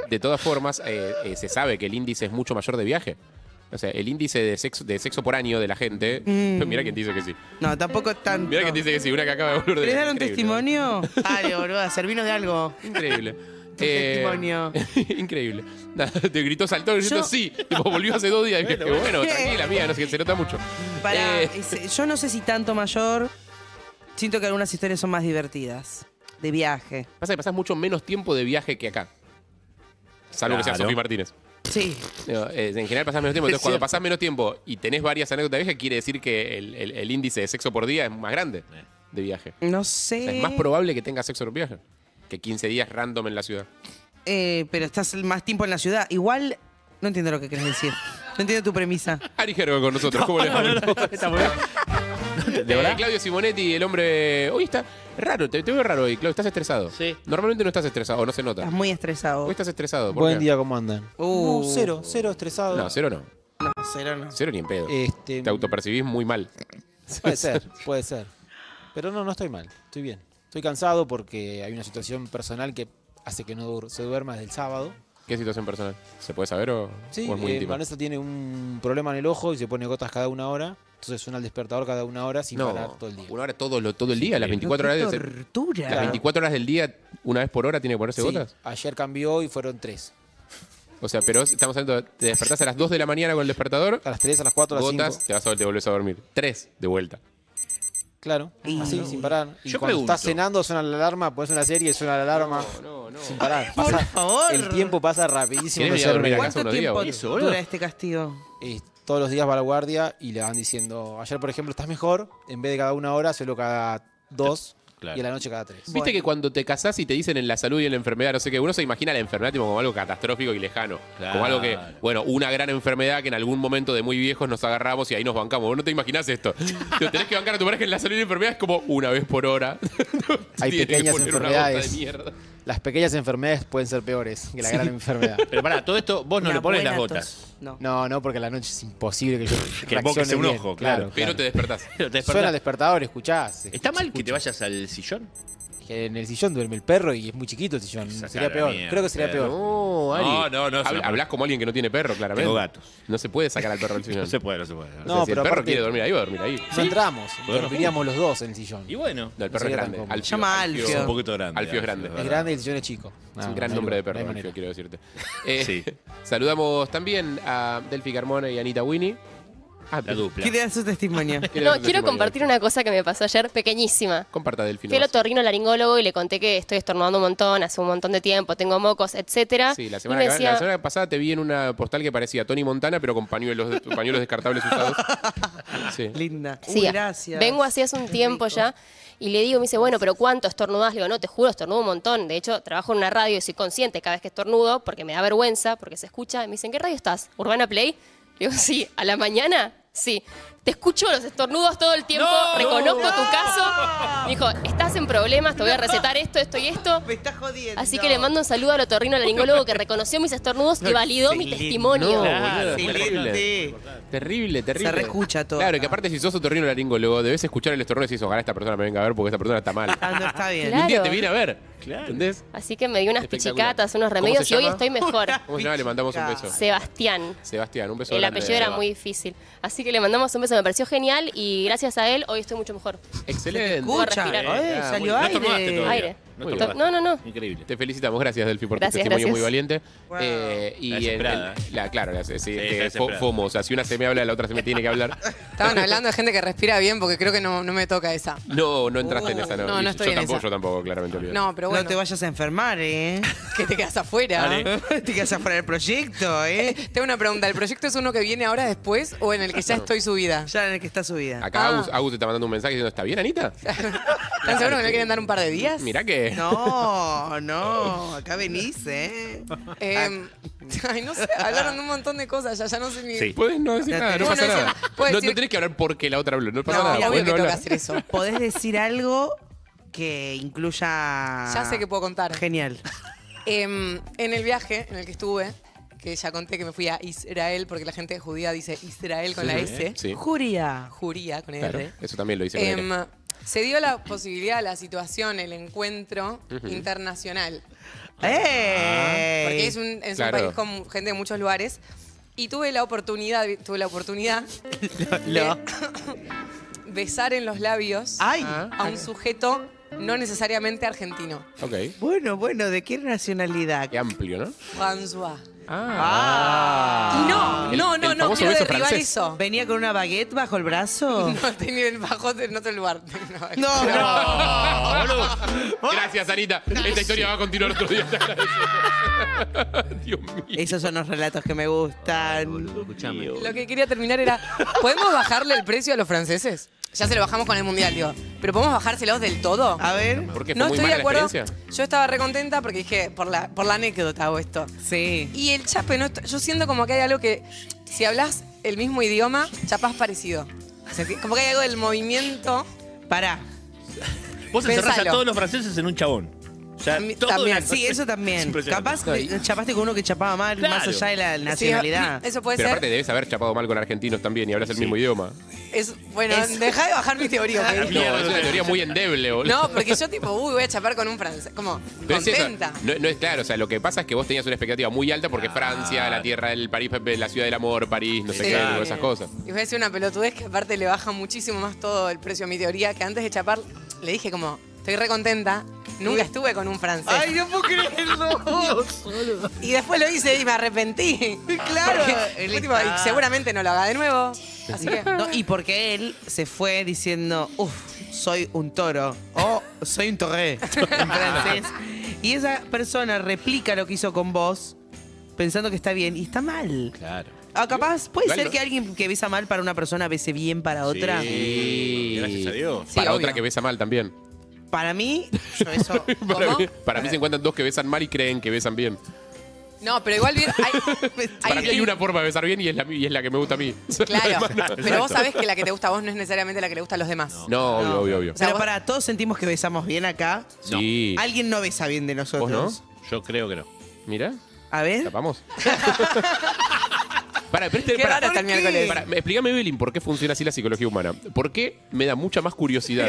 [SPEAKER 2] de todas formas eh, eh, se sabe que el índice es mucho mayor de viaje. O sea, el índice de sexo, de sexo por año de la gente.
[SPEAKER 3] Mm.
[SPEAKER 2] Mira quién dice que sí.
[SPEAKER 3] No, tampoco es tanto.
[SPEAKER 2] Mira quién dice que sí, una que acaba de volver de.
[SPEAKER 3] ¿Querés dar un
[SPEAKER 2] increíble.
[SPEAKER 3] testimonio? Dale, boluda, servinos de algo.
[SPEAKER 2] Increíble. Eh,
[SPEAKER 3] Tu testimonio.
[SPEAKER 2] increíble. Nada, te gritó, saltó, gritó
[SPEAKER 3] Yo-
[SPEAKER 2] sí. Tipo, volvió hace dos días. y dije, Bueno,
[SPEAKER 3] bueno.
[SPEAKER 2] tranquila, mía, no sé qué, se nota mucho.
[SPEAKER 3] Para,
[SPEAKER 2] Eh,
[SPEAKER 3] yo no sé si tanto mayor. Siento que algunas historias son más divertidas. De viaje.
[SPEAKER 2] pasa que pasás mucho menos tiempo de viaje que acá. Salvo que sea
[SPEAKER 4] Claro.
[SPEAKER 2] Sofía Martínez.
[SPEAKER 3] Sí.
[SPEAKER 2] Digo, eh, en general pasás menos tiempo. Entonces, cuando pasás menos tiempo y tenés varias anécdotas de viaje, quiere decir que el, el- el índice de sexo por día es más grande de viaje.
[SPEAKER 3] No
[SPEAKER 2] O
[SPEAKER 3] sé.
[SPEAKER 2] sea, es
[SPEAKER 1] Eh.
[SPEAKER 2] más probable que tengas sexo por viaje que 15 días random en la ciudad.
[SPEAKER 3] Eh, pero estás más tiempo en la ciudad. Igual, no entiendo lo que querés decir. No entiendo tu premisa.
[SPEAKER 2] Ari Gergo con nosotros. ¿Cómo le va?
[SPEAKER 4] Está muy bien.
[SPEAKER 2] Eh, Claudio Simonetti, el hombre. Hoy está raro, te, te veo raro hoy, Claudio. Estás estresado.
[SPEAKER 4] Sí.
[SPEAKER 2] Normalmente no estás estresado, o no se nota.
[SPEAKER 3] Estás muy
[SPEAKER 2] Hoy
[SPEAKER 3] estresado.
[SPEAKER 2] estás estresado. ¿por
[SPEAKER 1] Buen
[SPEAKER 2] qué?
[SPEAKER 1] día, ¿cómo andan?
[SPEAKER 3] Uh.
[SPEAKER 1] No, cero, cero estresado.
[SPEAKER 2] No, cero no.
[SPEAKER 3] No, cero no.
[SPEAKER 2] Cero ni en pedo.
[SPEAKER 1] Este,
[SPEAKER 2] Te autopercibís muy mal.
[SPEAKER 1] Puede ser, puede ser. Pero no, no estoy mal, estoy bien. Estoy cansado porque hay una situación personal que hace que no dur- se duerma desde el sábado.
[SPEAKER 2] ¿Qué situación personal? ¿Se puede saber o,
[SPEAKER 1] Sí,
[SPEAKER 2] o es muy
[SPEAKER 1] eh,
[SPEAKER 2] íntima?
[SPEAKER 1] Vanessa tiene un problema en el ojo y se pone gotas cada una hora. Entonces suena el despertador cada una hora sin parar todo el día.
[SPEAKER 2] Una hora todo, lo- todo el día, las 24
[SPEAKER 3] Pero qué
[SPEAKER 2] horas del-
[SPEAKER 3] tortura.
[SPEAKER 2] Las 24 horas del día, una vez por hora, tiene que ponerse
[SPEAKER 1] Sí,
[SPEAKER 2] gotas.
[SPEAKER 1] ayer cambió y fueron tres.
[SPEAKER 2] O sea, pero estamos hablando, te despertás a las 2 de la mañana con el despertador,
[SPEAKER 1] A las tres, a las cuatro, a las
[SPEAKER 2] gotas,
[SPEAKER 1] cinco.
[SPEAKER 2] te, vas a, te volvés a dormir. 3 de vuelta.
[SPEAKER 1] Claro, así, sin parar. Y
[SPEAKER 4] Yo
[SPEAKER 1] cuando
[SPEAKER 4] pregunto.
[SPEAKER 1] estás cenando suena la alarma, pones una serie, suena la alarma. No, no, no. Sin parar.
[SPEAKER 3] Por
[SPEAKER 1] Pasa-
[SPEAKER 3] favor.
[SPEAKER 1] El tiempo pasa rapidísimo.
[SPEAKER 2] ¿Querés
[SPEAKER 1] no
[SPEAKER 2] ir
[SPEAKER 1] se
[SPEAKER 2] a dormir
[SPEAKER 1] duerme
[SPEAKER 2] a
[SPEAKER 1] nunca.
[SPEAKER 2] casa
[SPEAKER 3] ¿Cuánto
[SPEAKER 2] unos días,
[SPEAKER 3] tiempo
[SPEAKER 2] boludo?
[SPEAKER 4] boludo?
[SPEAKER 3] dura este castigo?
[SPEAKER 1] y todos los días va a la guardia y le van diciendo, ayer por ejemplo estás mejor, en vez de cada una hora, solo cada dos
[SPEAKER 4] Claro.
[SPEAKER 1] y a la noche cada tres.
[SPEAKER 2] Viste
[SPEAKER 3] Bueno.
[SPEAKER 2] que cuando te casás y te dicen en la salud y en la enfermedad, no sé qué, uno se imagina la enfermedad tipo, como algo catastrófico y lejano. Como
[SPEAKER 4] Claro.
[SPEAKER 2] algo que, bueno, una gran enfermedad que en algún momento de muy viejos nos agarramos y ahí nos bancamos. Vos no te imaginás esto. Te tenés que bancar a tu pareja en la salud y en la enfermedad, es como una vez por hora.
[SPEAKER 1] Hay
[SPEAKER 2] Tiene que
[SPEAKER 1] pequeñas
[SPEAKER 2] poner una gota de
[SPEAKER 1] enfermedades.
[SPEAKER 2] mierda.
[SPEAKER 1] Las pequeñas enfermedades pueden ser peores que la gran enfermedad.
[SPEAKER 4] Pero pará, todo esto vos no
[SPEAKER 3] Una
[SPEAKER 4] le pones
[SPEAKER 3] buena
[SPEAKER 4] las
[SPEAKER 3] tos.
[SPEAKER 4] botas.
[SPEAKER 3] No.
[SPEAKER 1] No, no, porque la noche es imposible que yo
[SPEAKER 4] Que vos que
[SPEAKER 1] reaccione
[SPEAKER 4] sea un
[SPEAKER 1] bien.
[SPEAKER 4] ojo, claro.
[SPEAKER 2] Pero te despertás.
[SPEAKER 4] Pero te
[SPEAKER 1] Suena
[SPEAKER 4] despertás.
[SPEAKER 1] el despertador, escuchás. este,
[SPEAKER 4] ¿Está mal que te vayas al sillón?
[SPEAKER 1] Que en el sillón duerme el perro y es muy chiquito el sillón.
[SPEAKER 4] Esa
[SPEAKER 1] Sería
[SPEAKER 4] cara
[SPEAKER 1] peor.
[SPEAKER 4] mía,
[SPEAKER 1] Creo que sería
[SPEAKER 4] pero-
[SPEAKER 1] peor.
[SPEAKER 2] No, Ari.
[SPEAKER 4] No, no, no, se
[SPEAKER 2] Habl-
[SPEAKER 4] lo-
[SPEAKER 2] Hablás como alguien que no tiene perro, claramente.
[SPEAKER 4] Tengo gatos.
[SPEAKER 2] No se puede sacar al perro del sillón.
[SPEAKER 4] No se puede, no se puede.
[SPEAKER 2] O sea,
[SPEAKER 1] No,
[SPEAKER 2] si
[SPEAKER 1] pero
[SPEAKER 2] el perro
[SPEAKER 1] aparte-
[SPEAKER 2] quiere dormir ahí, va a dormir ahí.
[SPEAKER 1] No entramos,
[SPEAKER 4] Bueno.
[SPEAKER 1] dormiríamos los dos en el sillón.
[SPEAKER 4] Y bueno,
[SPEAKER 2] No, el perro es
[SPEAKER 1] sería tan
[SPEAKER 2] grande.
[SPEAKER 1] cómodo.
[SPEAKER 2] Alfio,
[SPEAKER 3] Llama a
[SPEAKER 2] Alfio.
[SPEAKER 3] Alfio.
[SPEAKER 4] un poquito grande.
[SPEAKER 2] Alfio es grande.
[SPEAKER 1] Es grande y el sillón es chico.
[SPEAKER 2] Es
[SPEAKER 1] No,
[SPEAKER 2] un gran
[SPEAKER 1] no hay
[SPEAKER 2] nombre de
[SPEAKER 1] lugar,
[SPEAKER 2] perro,
[SPEAKER 1] no hay
[SPEAKER 2] Alfio,
[SPEAKER 1] manera.
[SPEAKER 2] quiero decirte. Eh,
[SPEAKER 4] Sí.
[SPEAKER 2] Saludamos también a Delphi Carmona y Anita Winnie. Ah,
[SPEAKER 4] La dupla.
[SPEAKER 3] ¿Qué te da su testimonio?
[SPEAKER 6] No, quiero compartir una cosa que me pasó ayer, pequeñísima.
[SPEAKER 2] Comparta, Delphi.
[SPEAKER 6] Fui al
[SPEAKER 2] nomás.
[SPEAKER 6] otorrino laringólogo y le conté que estoy estornudando un montón, hace un montón de tiempo, tengo mocos, etcétera.
[SPEAKER 2] Sí, la
[SPEAKER 6] Y
[SPEAKER 2] semana,
[SPEAKER 6] me
[SPEAKER 2] que-
[SPEAKER 6] decía,
[SPEAKER 2] la semana pasada te vi en una postal que parecía Tony Montana, pero con pañuelos, pañuelos descartables usados. Sí.
[SPEAKER 3] Linda.
[SPEAKER 6] Sí,
[SPEAKER 3] Uy, gracias.
[SPEAKER 6] Vengo así hace un
[SPEAKER 3] Qué
[SPEAKER 6] tiempo
[SPEAKER 3] rico.
[SPEAKER 6] ya. Y le digo, me dice, bueno, pero ¿cuánto estornudás? Le digo, no, te juro, estornudo un montón. De hecho, trabajo en una radio y soy consciente cada vez que estornudo porque me da vergüenza, porque se escucha. Y me dicen, ¿qué radio estás? ¿Urbana Play? Le digo, sí, ¿a la mañana? Sí. Te escucho los estornudos todo el tiempo, reconozco tu caso. Me dijo, estás en problemas, te voy a recetar esto, esto y esto.
[SPEAKER 3] Me estás jodiendo.
[SPEAKER 6] Así que le mando un saludo al otorrino laringólogo que reconoció mis estornudos y validó mi
[SPEAKER 3] Excelente.
[SPEAKER 6] testimonio.
[SPEAKER 2] Claro,
[SPEAKER 3] Excelente.
[SPEAKER 2] Terrible, terrible.
[SPEAKER 3] Se reescucha todo
[SPEAKER 2] Claro,
[SPEAKER 3] acá.
[SPEAKER 2] que aparte si sos otorrino laringólogo, debes escuchar el estornudo y decís, ojalá esta persona me venga a ver porque esta persona está mal.
[SPEAKER 3] Ah, no está bien.
[SPEAKER 6] Claro.
[SPEAKER 2] Un día te viene a ver.
[SPEAKER 4] Claro.
[SPEAKER 2] ¿Entendés?
[SPEAKER 6] Así que me dio unas
[SPEAKER 2] Espectacular.
[SPEAKER 6] pichicatas, unos
[SPEAKER 2] ¿Cómo
[SPEAKER 6] remedios
[SPEAKER 2] se
[SPEAKER 6] y hoy
[SPEAKER 2] llama?
[SPEAKER 6] estoy mejor.
[SPEAKER 2] ¿Cómo se llama? Le mandamos un beso.
[SPEAKER 6] Sebastián.
[SPEAKER 2] Sebastián, un beso
[SPEAKER 6] El
[SPEAKER 2] grande.
[SPEAKER 6] apellido era muy difícil. Así que le mandamos un beso, me pareció genial y gracias a él hoy estoy mucho mejor.
[SPEAKER 2] Excelente.
[SPEAKER 3] Escucha,
[SPEAKER 6] Puedo respirar.
[SPEAKER 3] eh,
[SPEAKER 4] Ah,
[SPEAKER 3] salió
[SPEAKER 4] bueno, No estornudaste
[SPEAKER 3] aire.
[SPEAKER 4] todavía.
[SPEAKER 6] Aire.
[SPEAKER 4] No,
[SPEAKER 2] Muy
[SPEAKER 4] estornudaste.
[SPEAKER 6] bien. No, no, no.
[SPEAKER 4] Increíble.
[SPEAKER 2] Te felicitamos, gracias Delphi por
[SPEAKER 6] Gracias,
[SPEAKER 2] tu testimonio
[SPEAKER 6] gracias.
[SPEAKER 2] muy valiente.
[SPEAKER 3] Wow.
[SPEAKER 2] Eh, y
[SPEAKER 4] La
[SPEAKER 2] en-
[SPEAKER 4] desesperada,
[SPEAKER 2] en- la- claro, la- sí,
[SPEAKER 4] está
[SPEAKER 2] eh, fo-
[SPEAKER 4] desesperada.
[SPEAKER 2] FOMO, o sea, si una se me habla, la otra se me tiene que hablar.
[SPEAKER 7] Estaban hablando de gente que respira bien porque creo que no, no me toca esa.
[SPEAKER 2] No, no entraste en esa, no.
[SPEAKER 7] No, no
[SPEAKER 2] Y yo-
[SPEAKER 7] estoy
[SPEAKER 2] yo
[SPEAKER 7] en
[SPEAKER 2] tampoco,
[SPEAKER 7] esa.
[SPEAKER 2] yo tampoco, claramente olvidé.
[SPEAKER 7] No, pero bueno,
[SPEAKER 3] No te vayas a enfermar, ¿eh?
[SPEAKER 7] que te quedas afuera.
[SPEAKER 2] ¿Eh?
[SPEAKER 3] te quedas afuera del proyecto, ¿eh?
[SPEAKER 7] Tengo una pregunta, ¿el proyecto es uno que viene ahora después o en el que ya estoy subida?
[SPEAKER 3] Ya en el que está subida.
[SPEAKER 2] Acá
[SPEAKER 7] Ah.
[SPEAKER 2] Agus, Agus te está mandando un mensaje diciendo, ¿está bien, Anita?
[SPEAKER 7] ¿Están seguros que no quieren dar un par de días?
[SPEAKER 2] Mirá que.
[SPEAKER 3] No, no, acá venís, ¿eh?
[SPEAKER 7] Em,
[SPEAKER 2] Ah.
[SPEAKER 7] ay, no sé, hablaron de un montón de cosas, ya, ya no sé ni...
[SPEAKER 4] Sí.
[SPEAKER 2] Puedes no decir
[SPEAKER 3] Ya
[SPEAKER 2] nada,
[SPEAKER 3] te-
[SPEAKER 2] no
[SPEAKER 7] Bueno,
[SPEAKER 2] pasa
[SPEAKER 7] decir-
[SPEAKER 2] nada.
[SPEAKER 7] puedes
[SPEAKER 2] No,
[SPEAKER 7] decir-
[SPEAKER 2] no tenés que hablar porque la otra habló, no pasa
[SPEAKER 7] No,
[SPEAKER 2] nada.
[SPEAKER 7] obvio
[SPEAKER 2] vos
[SPEAKER 7] que
[SPEAKER 2] no
[SPEAKER 7] tengo que
[SPEAKER 2] hablás.
[SPEAKER 7] hacer eso.
[SPEAKER 3] Podés decir algo que
[SPEAKER 2] Ah.
[SPEAKER 3] incluya.
[SPEAKER 7] Ya sé que puedo contar.
[SPEAKER 3] Genial.
[SPEAKER 7] Em, en el viaje en el que estuve, que ya conté que me fui a Israel, porque la gente judía dice Israel con la S,
[SPEAKER 2] Sí,
[SPEAKER 3] Juria.
[SPEAKER 7] juría con
[SPEAKER 2] claro.
[SPEAKER 7] R.
[SPEAKER 2] Eso también lo dice. con
[SPEAKER 7] ¿eh? Em,
[SPEAKER 2] él.
[SPEAKER 7] se dio la posibilidad, la situación, el encuentro internacional.
[SPEAKER 3] ¡Eh!
[SPEAKER 7] Ah. Porque es un, es un
[SPEAKER 2] Claro.
[SPEAKER 7] país con gente de muchos lugares. Y tuve la oportunidad, tuve la oportunidad
[SPEAKER 3] Lo-
[SPEAKER 7] de besar en los labios
[SPEAKER 3] ¡Ay!
[SPEAKER 7] a un sujeto no necesariamente argentino.
[SPEAKER 2] Ok.
[SPEAKER 3] Bueno, bueno, ¿de qué nacionalidad?
[SPEAKER 2] Qué amplio, ¿no?
[SPEAKER 7] François.
[SPEAKER 3] Ah.
[SPEAKER 7] Y no,
[SPEAKER 2] El-
[SPEAKER 7] no,
[SPEAKER 2] el
[SPEAKER 7] no, no
[SPEAKER 2] famoso
[SPEAKER 7] quiero
[SPEAKER 2] beso
[SPEAKER 7] derribar
[SPEAKER 2] francés.
[SPEAKER 7] eso.
[SPEAKER 3] ¿Venía con una baguette bajo el brazo?
[SPEAKER 7] No, tenía el bajote en otro lugar.
[SPEAKER 3] No,
[SPEAKER 2] No, boludo.
[SPEAKER 7] Oh.
[SPEAKER 2] Gracias, Anita. Esta historia va a continuar otro día. Te agradezco. Dios mío.
[SPEAKER 3] Esos son los relatos que me gustan.
[SPEAKER 4] Escuchame.
[SPEAKER 7] Lo que quería terminar era, ¿podemos bajarle el precio a los franceses? Ya se lo bajamos con el Mundial, digo. ¿Pero podemos bajárselos del todo?
[SPEAKER 3] A ver.
[SPEAKER 2] Porque fue
[SPEAKER 7] no
[SPEAKER 2] muy
[SPEAKER 7] estoy de
[SPEAKER 2] mala la
[SPEAKER 7] acuerdo.
[SPEAKER 2] experiencia.
[SPEAKER 7] Yo estaba recontenta porque dije, por la, por la anécdota hago esto.
[SPEAKER 3] Sí.
[SPEAKER 7] Y el chape, no, est- yo siento como que hay algo que, si hablas el mismo idioma, chapás parecido. O sea, que- Como que hay algo del movimiento.
[SPEAKER 3] Pará.
[SPEAKER 4] Vos encerrás a
[SPEAKER 7] Pensalo.
[SPEAKER 4] todos los franceses en un chabón. O sea,
[SPEAKER 7] También-
[SPEAKER 4] todo
[SPEAKER 7] también,
[SPEAKER 4] era-
[SPEAKER 3] Sí, eso
[SPEAKER 4] Es
[SPEAKER 3] también.
[SPEAKER 4] impresionante.
[SPEAKER 3] Capaz que chapaste con uno que chapaba mal,
[SPEAKER 4] Claro.
[SPEAKER 3] más allá de la nacionalidad.
[SPEAKER 7] Sí, ah, eso puede
[SPEAKER 2] Pero
[SPEAKER 7] ser.
[SPEAKER 2] aparte debes haber chapado mal con argentinos también y hablas el mismo idioma.
[SPEAKER 7] Es- bueno, dejá de bajar mi teoría. ok.
[SPEAKER 2] No, es una teoría muy endeble, boludo.
[SPEAKER 7] No, porque yo tipo, uy, voy a chapar con un francés. Como,
[SPEAKER 2] Pero es eso,
[SPEAKER 7] contenta.
[SPEAKER 2] no, no es claro, o sea, lo que pasa es que vos tenías una expectativa muy alta porque Francia, la tierra del París, Pepe, la ciudad del amor, París, no sé
[SPEAKER 7] Sí.
[SPEAKER 2] qué, todas esas cosas.
[SPEAKER 7] Y voy a decir una pelotudez que aparte le baja muchísimo más todo el precio a mi teoría, que antes de chapar le dije como, estoy re contenta, nunca estuve con un francés.
[SPEAKER 3] Ay, no puedo creerlo.
[SPEAKER 7] Y después lo hice y me arrepentí.
[SPEAKER 3] Claro,
[SPEAKER 7] Porque
[SPEAKER 3] él
[SPEAKER 7] fue tipo,
[SPEAKER 3] está-
[SPEAKER 7] y seguramente no lo haga de nuevo. Así que...
[SPEAKER 3] No, y porque él se fue diciendo, uff, soy un toro o soy un torré en francés. Y esa persona replica lo que hizo con vos pensando que está bien y está mal.
[SPEAKER 4] Claro.
[SPEAKER 3] Ah, capaz, puede
[SPEAKER 2] Igual
[SPEAKER 3] ser
[SPEAKER 2] no-
[SPEAKER 3] que alguien que besa mal para una persona bese bien para otra.
[SPEAKER 4] Sí, Gracias a Dios.
[SPEAKER 7] Sí,
[SPEAKER 2] Para
[SPEAKER 7] obvio.
[SPEAKER 2] otra que besa mal también.
[SPEAKER 3] Para mí, yo eso.
[SPEAKER 2] Para mí, para mí se encuentran dos que besan mal y creen que besan bien.
[SPEAKER 7] No, pero igual bien... hay-
[SPEAKER 2] Para mí hay una forma de besar bien y es la, mí- y es la que me gusta a mí.
[SPEAKER 7] Claro, pero vos
[SPEAKER 4] Exacto.
[SPEAKER 7] sabés que la que te gusta a vos no es necesariamente la que le gusta a los demás.
[SPEAKER 2] No, obvio,
[SPEAKER 3] No.
[SPEAKER 2] obvio, obvio.
[SPEAKER 7] O sea,
[SPEAKER 3] Pero
[SPEAKER 7] vos-
[SPEAKER 3] para todos sentimos que besamos bien acá.
[SPEAKER 2] Sí.
[SPEAKER 3] Alguien no besa bien de
[SPEAKER 2] ¿Vos no?
[SPEAKER 3] nosotros.
[SPEAKER 4] Yo creo que no.
[SPEAKER 2] Mira,
[SPEAKER 3] A ver.
[SPEAKER 2] tapamos. Para, pero este,
[SPEAKER 7] Qué
[SPEAKER 2] para,
[SPEAKER 7] raro hasta el
[SPEAKER 2] ¿por qué?
[SPEAKER 7] miércoles.
[SPEAKER 2] Para, explícame, Evelyn, por qué funciona así la psicología humana. ¿Por qué me da mucha más curiosidad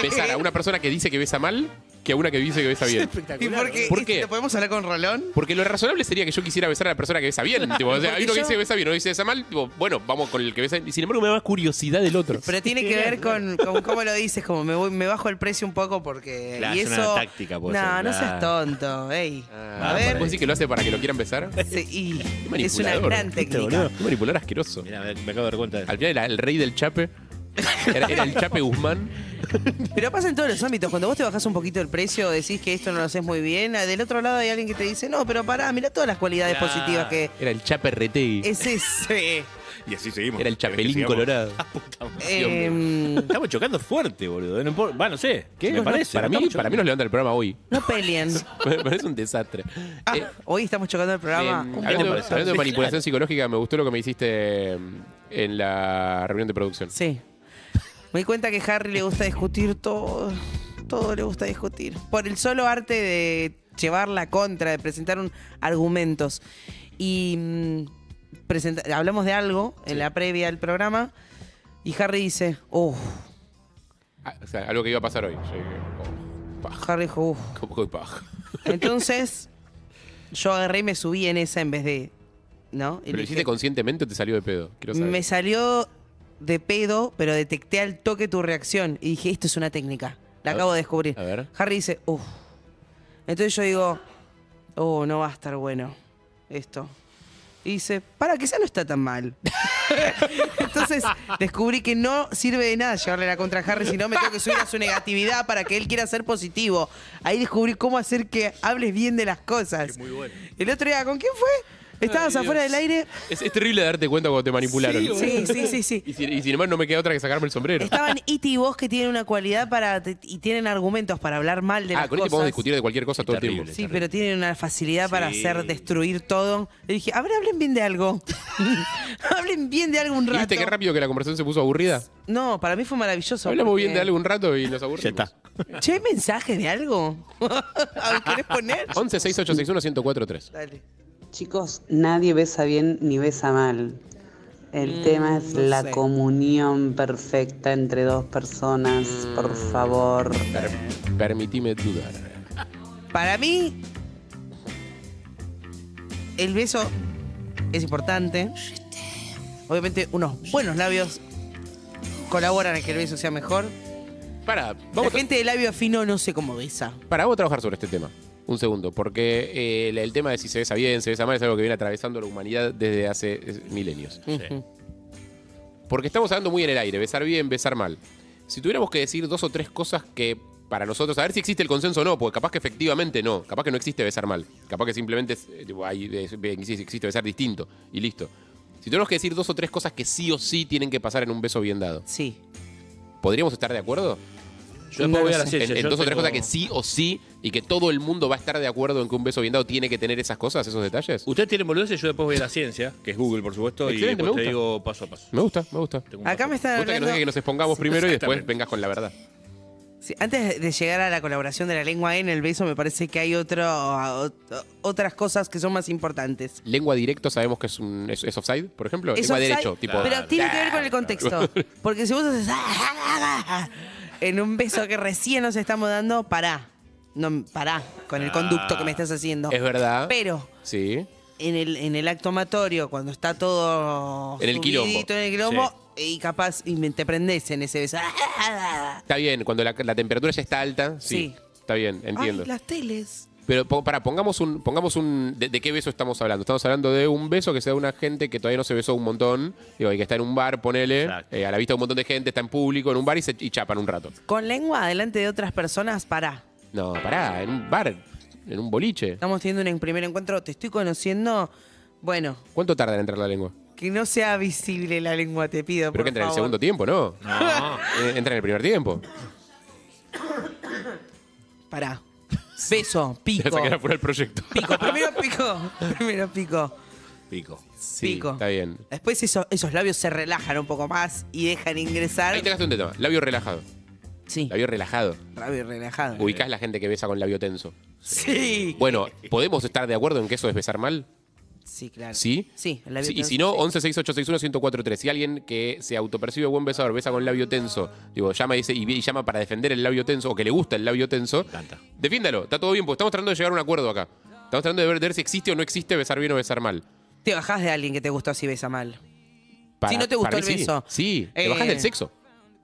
[SPEAKER 2] besar a una persona que dice que besa mal que a una que dice que besa bien?
[SPEAKER 3] ¿Y por qué? ¿Este,
[SPEAKER 2] ¿Por qué?
[SPEAKER 3] ¿Lo podemos hablar con Rolón?
[SPEAKER 2] Porque lo razonable sería que yo quisiera besar a la persona que besa bien. tipo, o sea, hay uno que dice que besa bien, uno que dice que besa mal. tipo, bueno, vamos con el que besa bien. Y sin embargo, me da más curiosidad del otro.
[SPEAKER 3] Pero tiene que ver con, con cómo lo dices, como me, voy, me bajo el precio un poco porque.
[SPEAKER 4] Claro,
[SPEAKER 3] y
[SPEAKER 4] es
[SPEAKER 3] eso,
[SPEAKER 4] una táctica, puede
[SPEAKER 3] No,
[SPEAKER 4] ser,
[SPEAKER 3] no
[SPEAKER 4] claro.
[SPEAKER 3] seas tonto, ey. a
[SPEAKER 4] va
[SPEAKER 2] ¿Vos
[SPEAKER 3] ver,
[SPEAKER 2] decís que lo hace para que lo quieran besar?
[SPEAKER 3] sí, y
[SPEAKER 2] Qué
[SPEAKER 3] es una
[SPEAKER 2] manipulador,
[SPEAKER 3] gran
[SPEAKER 2] ¿viste,
[SPEAKER 3] técnica.
[SPEAKER 2] Un manipulador asqueroso.
[SPEAKER 4] Mira, me, me acabo de dar cuenta de
[SPEAKER 2] Al final era el rey del chape. Era, era el chape Guzmán.
[SPEAKER 3] Pero pasa en todos los ámbitos. Cuando vos te bajás un poquito el precio, decís que esto no lo haces muy bien, ah, del otro lado hay alguien que te dice, no, pero pará, mira todas las cualidades
[SPEAKER 4] Claro.
[SPEAKER 3] positivas que.
[SPEAKER 2] Era el chape Retegui.
[SPEAKER 3] Es ese.
[SPEAKER 4] Y así seguimos.
[SPEAKER 2] Era el
[SPEAKER 4] ¿Querés que
[SPEAKER 2] chapelín
[SPEAKER 4] sigamos? Ah,
[SPEAKER 2] colorado.
[SPEAKER 3] Em,
[SPEAKER 4] Estamos chocando fuerte, boludo. No importa- va, no sé. ¿Qué? Me
[SPEAKER 2] No, no,
[SPEAKER 4] parece.
[SPEAKER 2] Para mí,
[SPEAKER 4] estamos
[SPEAKER 2] para mí nos levanta el programa hoy.
[SPEAKER 3] no peleen.
[SPEAKER 2] Me parece un desastre.
[SPEAKER 3] Ah,
[SPEAKER 2] Eh,
[SPEAKER 3] hoy estamos chocando el programa.
[SPEAKER 2] em,
[SPEAKER 3] Un
[SPEAKER 2] hablando,
[SPEAKER 3] poco.
[SPEAKER 4] parece?
[SPEAKER 2] hablando de
[SPEAKER 4] Sí,
[SPEAKER 2] manipulación
[SPEAKER 4] claro.
[SPEAKER 2] psicológica, me gustó lo que me hiciste em, en la reunión de producción.
[SPEAKER 3] Sí. Me di cuenta que a Harry le gusta discutir todo. Todo le gusta discutir. Por el solo arte de llevar la contra, de presentar un- argumentos. Y mm, presenta- hablamos de algo en la previa del programa. Y Harry dice, uff,
[SPEAKER 2] Ah, o sea, algo que iba a pasar hoy. Yo dije, oh, paja.
[SPEAKER 3] Harry dijo, uff.
[SPEAKER 2] Como que paja.
[SPEAKER 3] Entonces, yo agarré y me subí en esa en vez de. ¿No?
[SPEAKER 2] ¿Pero
[SPEAKER 3] Y le
[SPEAKER 2] lo hiciste
[SPEAKER 3] dije,
[SPEAKER 2] conscientemente o te salió de pedo? Quiero saber.
[SPEAKER 3] Me salió de pedo, pero detecté al toque tu reacción. Y dije, esto es una técnica. La
[SPEAKER 2] A ver,
[SPEAKER 3] acabo de descubrir.
[SPEAKER 2] a ver.
[SPEAKER 3] Harry dice, uff. Entonces yo digo, oh, no va a estar bueno esto. Y dice, para, quizá no está tan mal. Entonces descubrí que no sirve de nada llevarle la contra a Harry, sino me tengo que subir a su negatividad para que él quiera ser positivo. Ahí descubrí cómo hacer que hables bien de las cosas. El otro día, ¿con quién fue? Estabas
[SPEAKER 2] Ay,
[SPEAKER 3] afuera
[SPEAKER 2] Dios.
[SPEAKER 3] del aire.
[SPEAKER 2] Es, es terrible darte cuenta cuando te manipularon.
[SPEAKER 3] Sí, sí, sí, sí.
[SPEAKER 2] Y, sin, y sin embargo no me queda otra que sacarme el sombrero.
[SPEAKER 3] Estaban Iti y vos que tienen una cualidad para y tienen argumentos para hablar mal de
[SPEAKER 2] Ah,
[SPEAKER 3] las
[SPEAKER 2] con este
[SPEAKER 3] cosas.
[SPEAKER 2] podemos discutir de cualquier cosa todo el
[SPEAKER 4] terrible.
[SPEAKER 2] tiempo.
[SPEAKER 3] Sí, pero tienen una facilidad para
[SPEAKER 4] Sí.
[SPEAKER 3] hacer destruir todo. Le dije, a ver, hablen bien de algo. hablen bien de algo un
[SPEAKER 2] ¿Y
[SPEAKER 3] rato.
[SPEAKER 2] ¿Viste qué rápido que la conversación se puso aburrida?
[SPEAKER 3] No, para mí fue maravilloso.
[SPEAKER 2] Hablamos
[SPEAKER 3] porque-
[SPEAKER 2] bien de algo un rato y nos
[SPEAKER 4] Ya
[SPEAKER 2] aburrimos.
[SPEAKER 4] está.
[SPEAKER 3] Che, ¿hay mensaje de algo? ¿Querés poner?
[SPEAKER 2] 11 6861 1043.
[SPEAKER 3] Dale.
[SPEAKER 8] Chicos, nadie besa bien ni besa mal. El tema es la
[SPEAKER 3] sé.
[SPEAKER 8] comunión perfecta entre dos personas, por favor.
[SPEAKER 2] Permitime dudar.
[SPEAKER 3] Para mí, el beso es importante. Obviamente, unos buenos labios colaboran a que el beso sea mejor.
[SPEAKER 2] Para,
[SPEAKER 3] La
[SPEAKER 2] vamos a-
[SPEAKER 3] gente de labio fino no sé cómo besa.
[SPEAKER 2] para, vamos a trabajar sobre este tema. Un segundo, porque eh, el- el tema de si se besa bien, se besa mal, es algo que viene atravesando la humanidad desde hace eh, milenios. Porque estamos hablando muy en el aire, besar bien, besar mal. Si tuviéramos que decir dos o tres cosas que para nosotros, a ver si existe el consenso o no, porque capaz que efectivamente no, capaz que no existe besar mal, capaz que simplemente es, eh, tipo, hay, es- existe besar distinto y listo. Si tuviéramos que decir dos o tres cosas que sí o sí tienen que pasar en un beso bien dado,
[SPEAKER 3] Sí.
[SPEAKER 2] ¿podríamos estar de acuerdo?
[SPEAKER 4] Yo después
[SPEAKER 3] No
[SPEAKER 4] voy
[SPEAKER 3] lo
[SPEAKER 4] a la
[SPEAKER 3] sé.
[SPEAKER 4] silla,
[SPEAKER 2] en,
[SPEAKER 4] yo
[SPEAKER 2] en dos o tres
[SPEAKER 4] tengo-
[SPEAKER 2] cosas que sí o sí y que todo el mundo va a estar de acuerdo en que un beso bien dado tiene que tener esas cosas, esos detalles.
[SPEAKER 4] Ustedes tienen boludeces, yo después voy a la ciencia, que es Google, por supuesto, y
[SPEAKER 2] Excelente,
[SPEAKER 4] después
[SPEAKER 2] me
[SPEAKER 4] te
[SPEAKER 2] gusta.
[SPEAKER 4] digo paso a paso.
[SPEAKER 2] Me gusta, me gusta. Me
[SPEAKER 4] Tengo un
[SPEAKER 3] Acá me
[SPEAKER 4] paso.
[SPEAKER 3] están
[SPEAKER 2] gusta que nos, deje que
[SPEAKER 3] hablando.
[SPEAKER 2] nos expongamos primero y después
[SPEAKER 4] exactamente.
[SPEAKER 2] vengas con la verdad.
[SPEAKER 3] Sí, antes de llegar a la colaboración de la lengua E en el beso, me parece que hay otro, ot- otras cosas que son más importantes.
[SPEAKER 2] Lengua directo sabemos que es, un, es, es offside, por ejemplo.
[SPEAKER 3] Es
[SPEAKER 2] lengua
[SPEAKER 3] offside,
[SPEAKER 2] derecho, tipo.
[SPEAKER 3] Pero tiene que ver con el contexto. Porque si vos haces. "Ah, En un beso que recién nos estamos dando, pará. No, pará con el conducto que me estás haciendo.
[SPEAKER 2] Ah. Es verdad.
[SPEAKER 3] Pero
[SPEAKER 2] Sí.
[SPEAKER 3] en el, en el acto amatorio, cuando está todo.
[SPEAKER 2] En el
[SPEAKER 3] subidito,
[SPEAKER 2] quilombo.
[SPEAKER 3] En el quilombo, y capaz y me- te prendés en ese beso. Ah,
[SPEAKER 2] Está bien, cuando la, la temperatura ya está alta, sí.
[SPEAKER 3] Sí.
[SPEAKER 2] Está bien, entiendo.
[SPEAKER 3] Ay, las teles.
[SPEAKER 2] Pero para, pongamos un. Pongamos un de, de qué beso estamos hablando? Estamos hablando de un beso que se da a una gente que todavía no se besó un montón. Digo, y que está en un bar, ponele.
[SPEAKER 4] Exacto.
[SPEAKER 2] eh, a la vista de un montón de gente, está en público, en un bar y, se, y chapan un rato.
[SPEAKER 3] Con lengua delante de otras personas, pará.
[SPEAKER 2] No, pará, en un bar, en un boliche.
[SPEAKER 3] Estamos teniendo un primer encuentro, te estoy conociendo. Bueno,
[SPEAKER 2] ¿Cuánto tarda en entrar la lengua?
[SPEAKER 3] que no sea visible la lengua, te pido.
[SPEAKER 2] Pero
[SPEAKER 3] por
[SPEAKER 2] que entra en el
[SPEAKER 3] favor.
[SPEAKER 2] segundo tiempo, ¿no?
[SPEAKER 4] No,
[SPEAKER 2] Eh, Entra en el primer tiempo.
[SPEAKER 3] Pará. Beso, pico.
[SPEAKER 2] Ya se queda fuera el proyecto.
[SPEAKER 3] Pico, primero pico. Primero pico.
[SPEAKER 4] pico.
[SPEAKER 2] Sí,
[SPEAKER 3] pico.
[SPEAKER 2] está bien.
[SPEAKER 3] Después eso- esos labios se relajan un poco más y dejan ingresar.
[SPEAKER 2] Ahí te gasté un tema. Labio relajado.
[SPEAKER 3] Sí,
[SPEAKER 2] Labio relajado.
[SPEAKER 3] labio relajado.
[SPEAKER 2] Ubicás la gente que besa con labio tenso.
[SPEAKER 3] Sí.
[SPEAKER 2] Bueno, ¿podemos estar de acuerdo en que eso es besar mal?
[SPEAKER 3] Sí, claro.
[SPEAKER 2] ¿Sí?
[SPEAKER 3] Sí, el labio
[SPEAKER 2] Sí, Y
[SPEAKER 3] tenso.
[SPEAKER 2] si no, 116861-1043. Si alguien que se autopercibe buen besador besa con labio tenso, digo, llama y, dice, y vi- y llama para defender el labio tenso o que le gusta el labio tenso,
[SPEAKER 4] encanta.
[SPEAKER 2] defiéndalo. Está todo bien, porque estamos tratando de llegar a un acuerdo acá. Estamos tratando de ver, de ver si existe o no existe besar bien o besar mal.
[SPEAKER 3] Te bajás de alguien que te gustó si besa mal.
[SPEAKER 2] Para-
[SPEAKER 3] Si no te gustó
[SPEAKER 2] para
[SPEAKER 3] el
[SPEAKER 2] mí sí.
[SPEAKER 3] beso.
[SPEAKER 2] Sí, te
[SPEAKER 3] Eh,
[SPEAKER 2] bajás del sexo.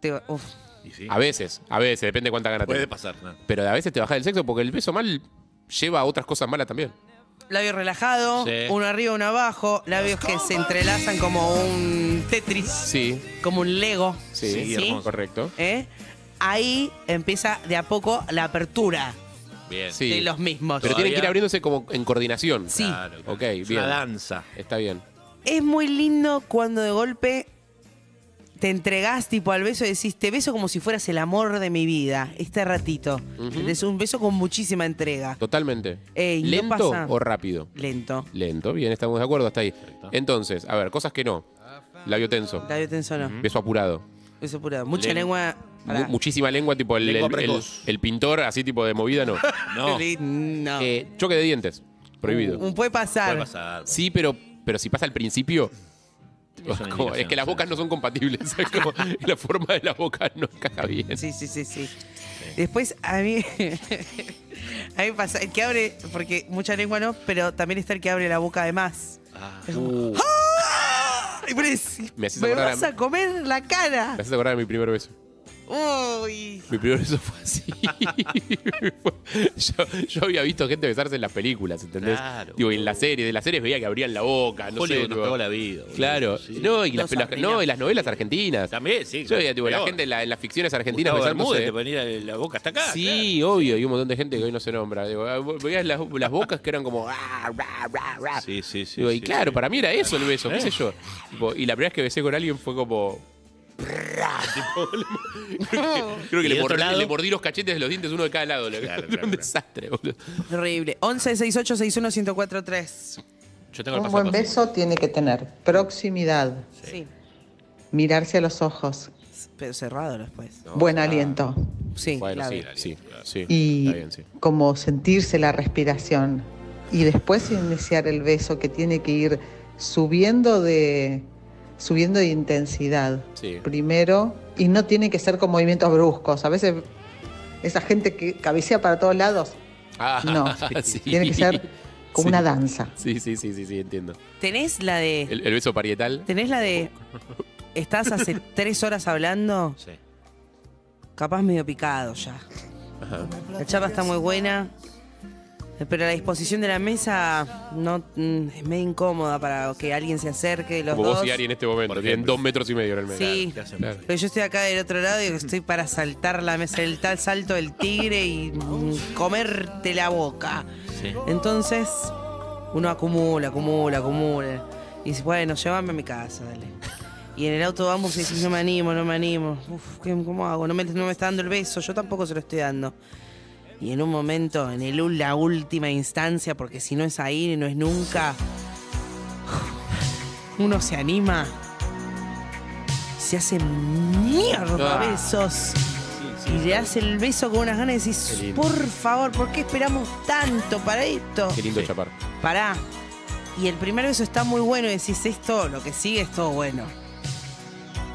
[SPEAKER 3] Te va- uf.
[SPEAKER 4] Y sí,
[SPEAKER 2] A veces, a veces, depende de cuánta gana
[SPEAKER 4] puede
[SPEAKER 2] tengas.
[SPEAKER 4] pasar. ¿no?
[SPEAKER 2] Pero a veces te bajas del sexo porque el beso mal lleva a otras cosas malas también.
[SPEAKER 3] Labio relajado,
[SPEAKER 4] Sí.
[SPEAKER 3] uno arriba, uno abajo, labios que se entrelazan como un Tetris,
[SPEAKER 2] Sí,
[SPEAKER 3] como un Lego.
[SPEAKER 2] sí,
[SPEAKER 4] Sí, hermoso.
[SPEAKER 2] correcto.
[SPEAKER 3] ¿eh? Ahí empieza de a poco la apertura
[SPEAKER 4] Bien.
[SPEAKER 2] Sí.
[SPEAKER 3] de los mismos.
[SPEAKER 2] Pero tienen que ir
[SPEAKER 4] Todavía-
[SPEAKER 2] abriéndose como en coordinación.
[SPEAKER 3] Sí.
[SPEAKER 4] Claro, claro.
[SPEAKER 2] Ok,
[SPEAKER 4] Es
[SPEAKER 2] bien.
[SPEAKER 4] Una danza.
[SPEAKER 2] Está bien.
[SPEAKER 3] Es muy lindo cuando de golpe te entregás tipo al beso y decís, te beso como si fueras el amor de mi vida, este ratito. Es un beso con muchísima entrega.
[SPEAKER 2] Totalmente.
[SPEAKER 3] Ey, no
[SPEAKER 2] ¿Lento
[SPEAKER 3] pasa.
[SPEAKER 2] o rápido?
[SPEAKER 3] Lento.
[SPEAKER 2] Lento, bien, estamos de acuerdo hasta ahí. Entonces, a ver, cosas que no. Labio tenso,
[SPEAKER 3] Labio tenso no.
[SPEAKER 2] beso apurado.
[SPEAKER 3] Beso purado. Mucha
[SPEAKER 4] Len-
[SPEAKER 3] lengua.
[SPEAKER 2] Mu-
[SPEAKER 3] Pará.
[SPEAKER 2] muchísima lengua, tipo el,
[SPEAKER 4] Lengua
[SPEAKER 2] el- el-
[SPEAKER 4] precoz.
[SPEAKER 2] el pintor, así tipo de movida, no.
[SPEAKER 4] No,
[SPEAKER 3] Li- No.
[SPEAKER 2] Eh, choque de dientes, prohibido.
[SPEAKER 3] Uh, Un puede pasar.
[SPEAKER 4] puede pasar.
[SPEAKER 2] Sí, pero, pero si pasa al principio.
[SPEAKER 4] Es una
[SPEAKER 2] como- es que
[SPEAKER 4] indicación,
[SPEAKER 2] las bocas
[SPEAKER 4] sí.
[SPEAKER 2] no son compatibles. es como la forma de las bocas no encaja bien.
[SPEAKER 3] Sí, sí, sí, sí. Después a mí. a mí me pasa. El que abre, porque mucha lengua no, pero también está el que abre la boca de más.
[SPEAKER 2] Uh,
[SPEAKER 3] Ay, pero es-
[SPEAKER 2] Me haces
[SPEAKER 3] me
[SPEAKER 2] acordar a-
[SPEAKER 3] vas a comer la cara.
[SPEAKER 2] me haces acordar de mi primer beso.
[SPEAKER 7] Uy.
[SPEAKER 2] Mi primer beso fue así. yo, yo había visto gente besarse en las películas, ¿entendés?
[SPEAKER 4] Claro,
[SPEAKER 2] Digo, y en las series, de las series veía que abrían la boca, no sé.
[SPEAKER 4] Hollywood nos
[SPEAKER 2] tipo-
[SPEAKER 4] pegó la vida. boludo.
[SPEAKER 2] Ah, Claro.
[SPEAKER 4] Sí.
[SPEAKER 2] No, y las,
[SPEAKER 3] Los
[SPEAKER 2] las- no, y las novelas argentinas.
[SPEAKER 4] También, sí.
[SPEAKER 2] Yo veía, tipo, la
[SPEAKER 4] Peor.
[SPEAKER 2] gente en, la- en las ficciones argentinas
[SPEAKER 4] Gustavo
[SPEAKER 2] besándose.
[SPEAKER 4] Bermúdez, te Ah, ponía la boca hasta acá.
[SPEAKER 2] Sí, obvio, y un montón de gente que hoy no se nombra. Digo, ah, vos veías las, las bocas que eran como. "Ah, rah, rah, rah".
[SPEAKER 4] claro. Sí, sí, sí.
[SPEAKER 2] Digo, y
[SPEAKER 4] sí,
[SPEAKER 2] claro,
[SPEAKER 4] sí.
[SPEAKER 2] para mí era eso el beso, qué
[SPEAKER 4] Eh.
[SPEAKER 2] sé yo. Tipo, y la primera vez que besé con alguien fue como. Creo
[SPEAKER 4] ¿Y
[SPEAKER 2] que
[SPEAKER 4] de
[SPEAKER 2] le
[SPEAKER 4] otro
[SPEAKER 2] mordí,
[SPEAKER 4] lado?
[SPEAKER 2] le mordí los cachetes de los dientes uno de cada lado. le-
[SPEAKER 4] Claro,
[SPEAKER 2] un
[SPEAKER 4] claro, claro.
[SPEAKER 2] desastre, boludo.
[SPEAKER 3] Horrible. 11 68 61 1043.
[SPEAKER 4] Yo tengo el
[SPEAKER 9] Un buen
[SPEAKER 4] pasaporte.
[SPEAKER 9] beso tiene que tener proximidad,
[SPEAKER 3] Sí.
[SPEAKER 9] mirarse a los ojos,
[SPEAKER 3] Pero cerrado después.
[SPEAKER 9] buen aliento
[SPEAKER 3] Sí.
[SPEAKER 2] Ah. Bueno,
[SPEAKER 3] la
[SPEAKER 2] sí,
[SPEAKER 3] B.
[SPEAKER 2] sí, sí.
[SPEAKER 9] y
[SPEAKER 2] Está bien, sí.
[SPEAKER 9] como sentirse la respiración y después iniciar el beso que tiene que ir subiendo de subiendo de intensidad
[SPEAKER 2] Sí.
[SPEAKER 9] primero y no tiene que ser con movimientos bruscos. A veces esa gente que cabecea para todos lados,
[SPEAKER 2] Ah,
[SPEAKER 9] no,
[SPEAKER 2] sí.
[SPEAKER 9] tiene que ser como
[SPEAKER 2] Sí.
[SPEAKER 9] una danza.
[SPEAKER 2] Sí, sí, sí, sí, sí, entiendo.
[SPEAKER 3] Tenés la de.
[SPEAKER 2] El, el beso parietal.
[SPEAKER 3] Tenés la de. Estás hace tres horas hablando,
[SPEAKER 4] Sí.
[SPEAKER 3] capaz medio picado ya. La chapa está muy buena, pero la disposición de la mesa no mm, es medio incómoda para que alguien se acerque de los
[SPEAKER 2] Como vos
[SPEAKER 3] dos.
[SPEAKER 2] y Ari en este momento.
[SPEAKER 4] Por
[SPEAKER 2] Tienen
[SPEAKER 4] ejemplo.
[SPEAKER 2] dos metros y medio en el medio.
[SPEAKER 3] Sí,
[SPEAKER 4] Te hacen
[SPEAKER 2] Claro.
[SPEAKER 4] mucho.
[SPEAKER 3] pero yo estoy acá del otro lado y estoy para saltar la mesa, el tal salto del tigre y mm, comerte la boca.
[SPEAKER 4] Sí.
[SPEAKER 3] Entonces, uno acumula, acumula, acumula. Y dice, bueno, llévame a mi casa, dale. Y en el auto vamos y dices, no me animo, no me animo. Uf, ¿qué- ¿cómo hago? No me, no me está dando el beso, yo tampoco se lo estoy dando. Y en un momento, en el, ul- la última instancia, porque si no es ahí, no es nunca, uno se anima. Se hace mierda
[SPEAKER 2] Ah.
[SPEAKER 3] besos. Y le hace el beso con unas ganas y
[SPEAKER 2] Qué
[SPEAKER 3] decís,
[SPEAKER 2] lindo.
[SPEAKER 3] por favor, ¿por qué esperamos tanto para esto?
[SPEAKER 2] Qué lindo chapar.
[SPEAKER 3] Pará. Y el primer beso está muy bueno y decís esto, lo que sigue es todo bueno.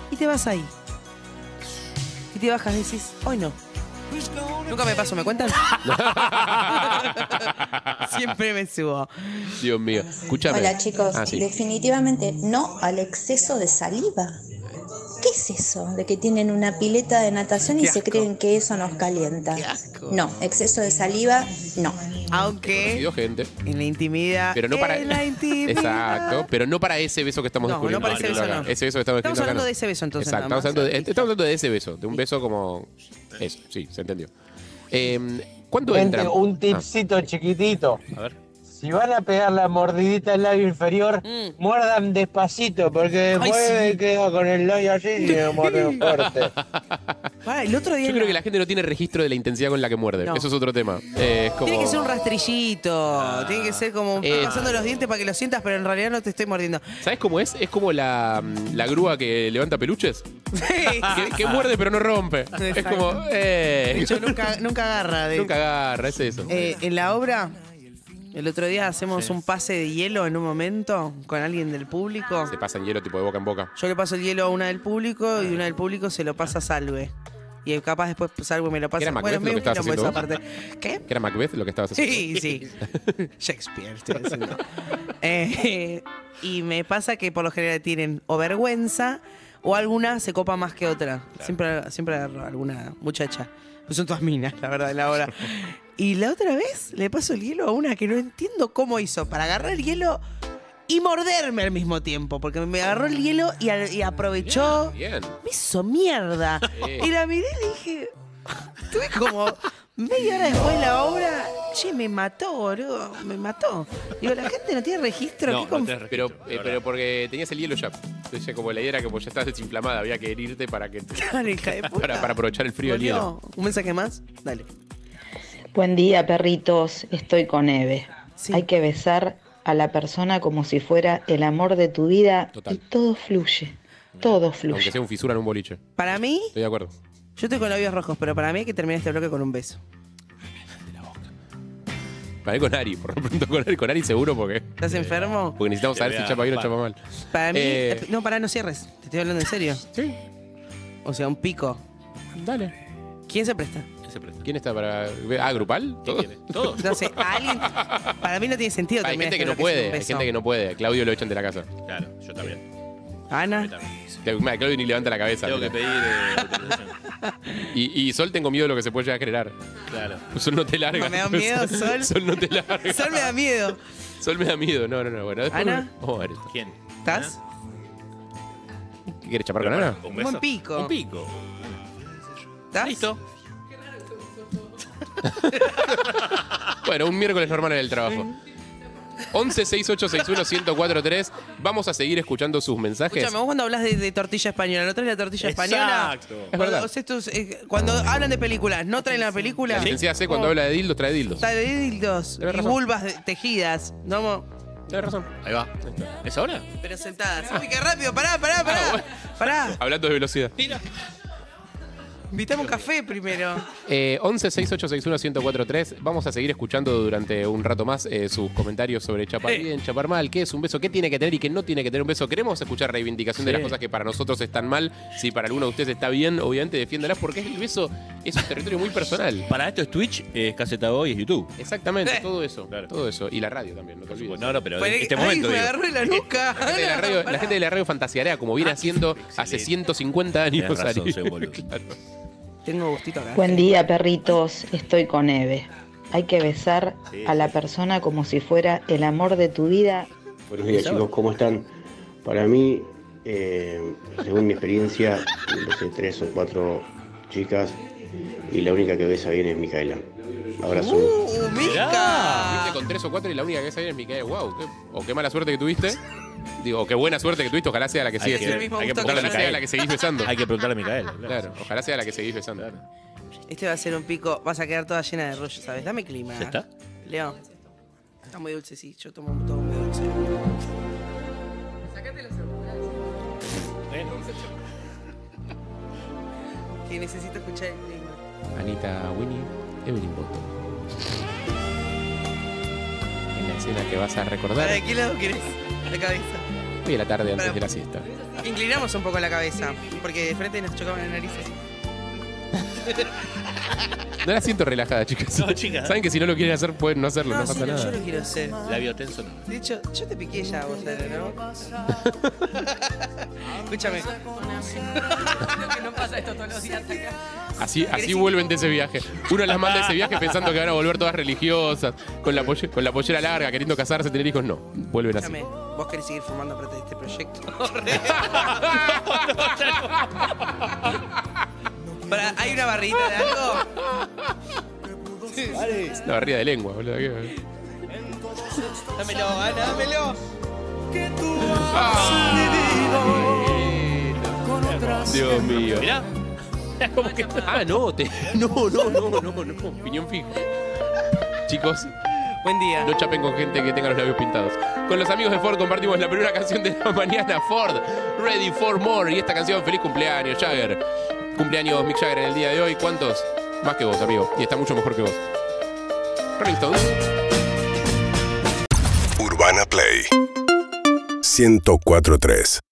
[SPEAKER 3] Y te vas ahí. Y te bajas y decís, hoy no. Nunca me paso, ¿me cuentan? Siempre me subo.
[SPEAKER 2] Dios mío. Escúchame.
[SPEAKER 10] Hola chicos,
[SPEAKER 2] Ah, sí.
[SPEAKER 10] definitivamente no al exceso de saliva. ¿Qué es eso de que tienen una pileta de natación y
[SPEAKER 3] Qué
[SPEAKER 10] se
[SPEAKER 3] asco.
[SPEAKER 10] creen que eso nos calienta?
[SPEAKER 3] Qué asco.
[SPEAKER 10] No, exceso de saliva, no.
[SPEAKER 2] Conocido
[SPEAKER 3] Aunque
[SPEAKER 2] gente.
[SPEAKER 3] en la intimidad.
[SPEAKER 2] Pero no para.
[SPEAKER 3] Ah, En la intimidad.
[SPEAKER 2] Exacto. Pero no para ese beso que estamos
[SPEAKER 3] No, no
[SPEAKER 2] descubriendo.
[SPEAKER 3] para ese beso, no.
[SPEAKER 2] Ese beso que estamos,
[SPEAKER 3] Estamos
[SPEAKER 2] describiendo acá
[SPEAKER 3] hablando
[SPEAKER 2] no.
[SPEAKER 3] de ese beso, entonces,
[SPEAKER 2] Exacto.
[SPEAKER 3] nada
[SPEAKER 2] Estamos hablando,
[SPEAKER 3] más.
[SPEAKER 2] de, estamos hablando de ese beso. De un beso como. Eso, sí, se entendió. Eh, ¿Cuánto
[SPEAKER 11] Gente,
[SPEAKER 2] entra? Ah.
[SPEAKER 11] un tipcito chiquitito.
[SPEAKER 4] Ah. A ver.
[SPEAKER 11] Si van a pegar la mordidita al labio inferior,
[SPEAKER 3] Mm.
[SPEAKER 11] muerdan despacito, porque después me quedo con el labio así y me muerdo fuerte.
[SPEAKER 3] Pará, el otro día.
[SPEAKER 2] Yo creo que la gente no tiene registro de la intensidad con la que muerde.
[SPEAKER 3] No.
[SPEAKER 2] Eso es otro tema. Eh, es como...
[SPEAKER 3] Tiene que ser un rastrillito. Tiene que ser como
[SPEAKER 2] Eh.
[SPEAKER 3] pasando los dientes para que lo sientas, pero en realidad no te estoy mordiendo.
[SPEAKER 2] ¿Sabes cómo es? Es como la, la grúa que levanta peluches. Que, que muerde pero no rompe. Es
[SPEAKER 3] Exacto.
[SPEAKER 2] como... Eh,
[SPEAKER 3] Yo nunca, nunca agarra. De,
[SPEAKER 2] nunca agarra, es eso.
[SPEAKER 3] Eh, en la obra, el otro día hacemos un pase de hielo en un momento con alguien del público.
[SPEAKER 2] Se pasa en hielo tipo de boca en boca.
[SPEAKER 3] Yo le paso el hielo a una del público y una del público se lo pasa a Salve. Y el capaz después Salve me lo pasa.
[SPEAKER 2] ¿Era Macbeth lo
[SPEAKER 3] me
[SPEAKER 2] que estabas
[SPEAKER 3] quilombo esa
[SPEAKER 2] haciendo
[SPEAKER 3] parte. ¿Qué?
[SPEAKER 2] ¿Que era Macbeth lo que estabas haciendo?
[SPEAKER 3] Sí, sí. Shakespeare, estoy diciendo. Eh, y me pasa que por lo general tienen o vergüenza o alguna se copa más que otra. Siempre, siempre agarro alguna muchacha. Pues son todas minas, la verdad, la hora. Y la otra vez le paso el hielo a una que no entiendo cómo hizo para agarrar el hielo y morderme al mismo tiempo, porque me agarró el hielo y, al- y aprovechó.
[SPEAKER 2] Bien.
[SPEAKER 3] Me hizo mierda.
[SPEAKER 2] Sí.
[SPEAKER 3] Y la miré y le dije. Tuve como media hora después de la obra. Che, me mató, boludo. Me mató. Digo, la gente no tiene registro.
[SPEAKER 4] No,
[SPEAKER 3] qué
[SPEAKER 4] no
[SPEAKER 3] conf-
[SPEAKER 4] tenés registro, la
[SPEAKER 2] Pero, eh,
[SPEAKER 4] verdad.
[SPEAKER 2] pero porque tenías el hielo ya. Entonces ya como la idea era que pues, ya estabas desinflamada, había que herirte para que te-
[SPEAKER 3] Dale, hija de puta.
[SPEAKER 2] para, para aprovechar el frío del
[SPEAKER 3] Boludo,
[SPEAKER 2] hielo.
[SPEAKER 3] ¿Un mensaje más? Dale.
[SPEAKER 10] Buen día, perritos. Estoy con Eve.
[SPEAKER 3] Sí.
[SPEAKER 10] Hay que besar a la persona como si fuera el amor de tu vida
[SPEAKER 2] Total.
[SPEAKER 10] y todo fluye. Todo
[SPEAKER 2] Aunque
[SPEAKER 10] fluye.
[SPEAKER 2] sea un fisura en un boliche.
[SPEAKER 3] Para mí,
[SPEAKER 2] Estoy de acuerdo.
[SPEAKER 3] yo estoy con labios rojos, pero para mí hay que terminar este bloque con un beso.
[SPEAKER 2] Para mí con Ari, por lo pronto con Ari, con Ari seguro porque,
[SPEAKER 3] ¿Estás enfermo?
[SPEAKER 2] porque necesitamos
[SPEAKER 4] Te
[SPEAKER 2] saber
[SPEAKER 4] voy
[SPEAKER 2] si
[SPEAKER 4] a
[SPEAKER 2] chapa bien o
[SPEAKER 4] raspar.
[SPEAKER 2] chapa mal.
[SPEAKER 3] Para mí.
[SPEAKER 2] Eh.
[SPEAKER 3] eh, No, para, no cierres. Te estoy hablando en serio.
[SPEAKER 2] Sí,
[SPEAKER 3] O sea, un pico.
[SPEAKER 2] dale.
[SPEAKER 3] ¿Quién se presta?
[SPEAKER 4] Ese presta.
[SPEAKER 2] ¿Quién está para. Ah, grupal?
[SPEAKER 4] ¿Qué
[SPEAKER 2] ¿Todo?
[SPEAKER 4] quiere? Todo.
[SPEAKER 3] No sé, a alguien. Para mí no tiene sentido
[SPEAKER 2] Hay
[SPEAKER 3] terminar
[SPEAKER 2] gente
[SPEAKER 3] este
[SPEAKER 2] que no
[SPEAKER 3] bloque sin
[SPEAKER 2] puede,
[SPEAKER 3] un
[SPEAKER 2] hay
[SPEAKER 3] beso.
[SPEAKER 2] gente que no puede. Claudio lo echan de la casa.
[SPEAKER 4] Claro, yo también.
[SPEAKER 3] Ana.
[SPEAKER 4] Yo también.
[SPEAKER 2] Claudio ni levanta la cabeza.
[SPEAKER 4] Tengo que
[SPEAKER 2] mira.
[SPEAKER 4] pedir eh, autorización.
[SPEAKER 2] Y, y Sol tengo miedo de lo que se puede llegar a generar.
[SPEAKER 4] eh,
[SPEAKER 2] Claro. Sol no te larga.
[SPEAKER 3] No, me da miedo, Sol.
[SPEAKER 2] Sol no te larga.
[SPEAKER 3] Sol me da miedo.
[SPEAKER 2] Sol me da miedo. No, no, no. Bueno, después
[SPEAKER 3] ¿Ana?
[SPEAKER 2] vamos a ver esto.
[SPEAKER 4] ¿Quién?
[SPEAKER 3] ¿Estás?
[SPEAKER 2] ¿Qué quieres chapar con Ana?
[SPEAKER 4] ¿Eh? Un
[SPEAKER 3] Un buen pico.
[SPEAKER 4] Un pico.
[SPEAKER 3] ¿Estás? Listo.
[SPEAKER 2] Bueno, un miércoles normal en el trabajo. 11 6861 1043. Vamos a seguir escuchando sus mensajes.
[SPEAKER 3] Escúchame, vos cuando hablas de, de tortilla española, ¿no traes la tortilla española?
[SPEAKER 4] Exacto.
[SPEAKER 2] Es verdad.
[SPEAKER 3] Cuando, o sea, estos, eh, cuando hablan de películas, ¿no traen la película?
[SPEAKER 2] La licenciada C
[SPEAKER 4] Oh.
[SPEAKER 2] cuando habla de dildos trae dildos.
[SPEAKER 3] Está de dildos
[SPEAKER 2] Tenés
[SPEAKER 3] y
[SPEAKER 2] razón.
[SPEAKER 3] vulvas de- tejidas, ¿no? mo-
[SPEAKER 2] Tienes razón.
[SPEAKER 4] Ahí va. ¿Es ahora?
[SPEAKER 3] Pero sentadas.
[SPEAKER 2] Ah.
[SPEAKER 3] Uy, qué rápido, pará, pará, pará. Pará,
[SPEAKER 2] Hablando de velocidad.
[SPEAKER 3] invitame un café primero.
[SPEAKER 2] Eh, 11 6861 1043. Vamos a seguir escuchando durante un rato más eh, sus comentarios sobre chapar
[SPEAKER 4] Sí.
[SPEAKER 2] bien, chapar mal, qué es un beso, qué tiene que tener y qué no tiene que tener un beso. Queremos escuchar reivindicación de
[SPEAKER 4] Sí.
[SPEAKER 2] las cosas que para nosotros están mal. Si para alguno de ustedes está bien, obviamente defiéndalas porque el beso es un territorio muy personal.
[SPEAKER 4] Para esto es Twitch, es Caseta Hoy, es YouTube.
[SPEAKER 2] Exactamente,
[SPEAKER 3] Eh.
[SPEAKER 2] todo eso.
[SPEAKER 4] Claro.
[SPEAKER 2] Todo eso. Y la radio también, no te olvides.
[SPEAKER 4] No, no, pero
[SPEAKER 3] Pará
[SPEAKER 4] en
[SPEAKER 3] que-
[SPEAKER 4] este
[SPEAKER 3] ay,
[SPEAKER 4] momento.
[SPEAKER 3] me
[SPEAKER 4] digo.
[SPEAKER 3] agarró la nuca.
[SPEAKER 2] La gente de la radio, la gente de la radio fantaseará como viene haciendo hace 150 años.
[SPEAKER 4] Tenés razón,
[SPEAKER 2] Ari.
[SPEAKER 4] soy un boludo.
[SPEAKER 2] Claro.
[SPEAKER 3] Tengo gustito acá.
[SPEAKER 12] Buen día, perritos. Estoy con Eve. Hay que besar
[SPEAKER 4] Sí,
[SPEAKER 12] a la persona como si fuera el amor de tu vida.
[SPEAKER 11] Buenos días chicos, ¿cómo están? Para mí, eh, según mi experiencia, besé tres o cuatro chicas y la única que besa bien es Micaela. Abrazo.
[SPEAKER 3] ¡Uh,
[SPEAKER 2] Viste,
[SPEAKER 3] Mica!
[SPEAKER 2] con tres o cuatro y la única que sabía es Micaela. Wow, qué- o qué mala suerte que tuviste. Digo, o qué buena suerte que tuviste, ojalá sea la que
[SPEAKER 4] Hay
[SPEAKER 2] sigues.
[SPEAKER 4] que- Es el mismo
[SPEAKER 2] Hay que
[SPEAKER 3] gusto
[SPEAKER 2] preguntarle
[SPEAKER 3] que
[SPEAKER 2] a Micaela
[SPEAKER 4] yo.
[SPEAKER 2] la que seguís besando.
[SPEAKER 4] Hay que preguntarle a Micaela. claro.
[SPEAKER 2] Claro, ojalá sea la que seguís besando.
[SPEAKER 3] Este va a ser un pico, vas a quedar toda llena de rollo, ¿sabes? Dame clima.
[SPEAKER 4] ¿Ya está?
[SPEAKER 3] Leo. Está muy dulce, sí. Yo tomo todo muy dulce. Que necesito escuchar el clima.
[SPEAKER 2] Anita Winnie, Evelyn Botto. En la escena que vas a recordar
[SPEAKER 3] ¿Para qué lado querés? La cabeza.
[SPEAKER 2] hoy a la tarde antes
[SPEAKER 3] Para-
[SPEAKER 2] de la siesta.
[SPEAKER 3] Inclinamos un poco la cabeza, porque de frente nos chocaban las narices.
[SPEAKER 2] No la siento relajada, chicas.
[SPEAKER 4] No, chicas.
[SPEAKER 2] Saben que si no lo quieren hacer, pueden no hacerlo, no,
[SPEAKER 3] sí,
[SPEAKER 2] pasa
[SPEAKER 3] yo
[SPEAKER 2] nada.
[SPEAKER 3] lo quiero hacer.
[SPEAKER 4] La biotenso no.
[SPEAKER 3] De hecho, yo te piqué ya, vos, Sara, ¿no? Escúchame.
[SPEAKER 7] Creo que no pasa esto todos los días acá.
[SPEAKER 2] Así, así vuelven de ese viaje. Uno las manda de ese viaje pensando que van a volver todas religiosas, con la, polle- con la pollera larga, queriendo casarse, tener hijos. No, vuelven así.
[SPEAKER 3] Escúchame, vos querés seguir formando parte de este proyecto. Pará, ¿Hay una barrita de algo?
[SPEAKER 2] La barrida de lengua, boludo. ¿qué?
[SPEAKER 3] Dámelo, Ana, dámelo.
[SPEAKER 2] Dios mío.
[SPEAKER 4] Mirá.
[SPEAKER 2] ¿Cómo que? Ah, no, te- no, no, no, no, no. Opinión fija. Chicos,
[SPEAKER 3] Buen día.
[SPEAKER 2] no chapen con gente que tenga los labios pintados. Con los amigos de Ford compartimos la primera canción de la mañana, Ford, Ready for More. Y esta canción, feliz cumpleaños, Jagger. Cumpleaños Mick Jagger en el día de hoy. ¿Cuántos? Más que vos, amigo. Y está mucho mejor que vos. Rolling Stones.
[SPEAKER 13] Urbana Play 1043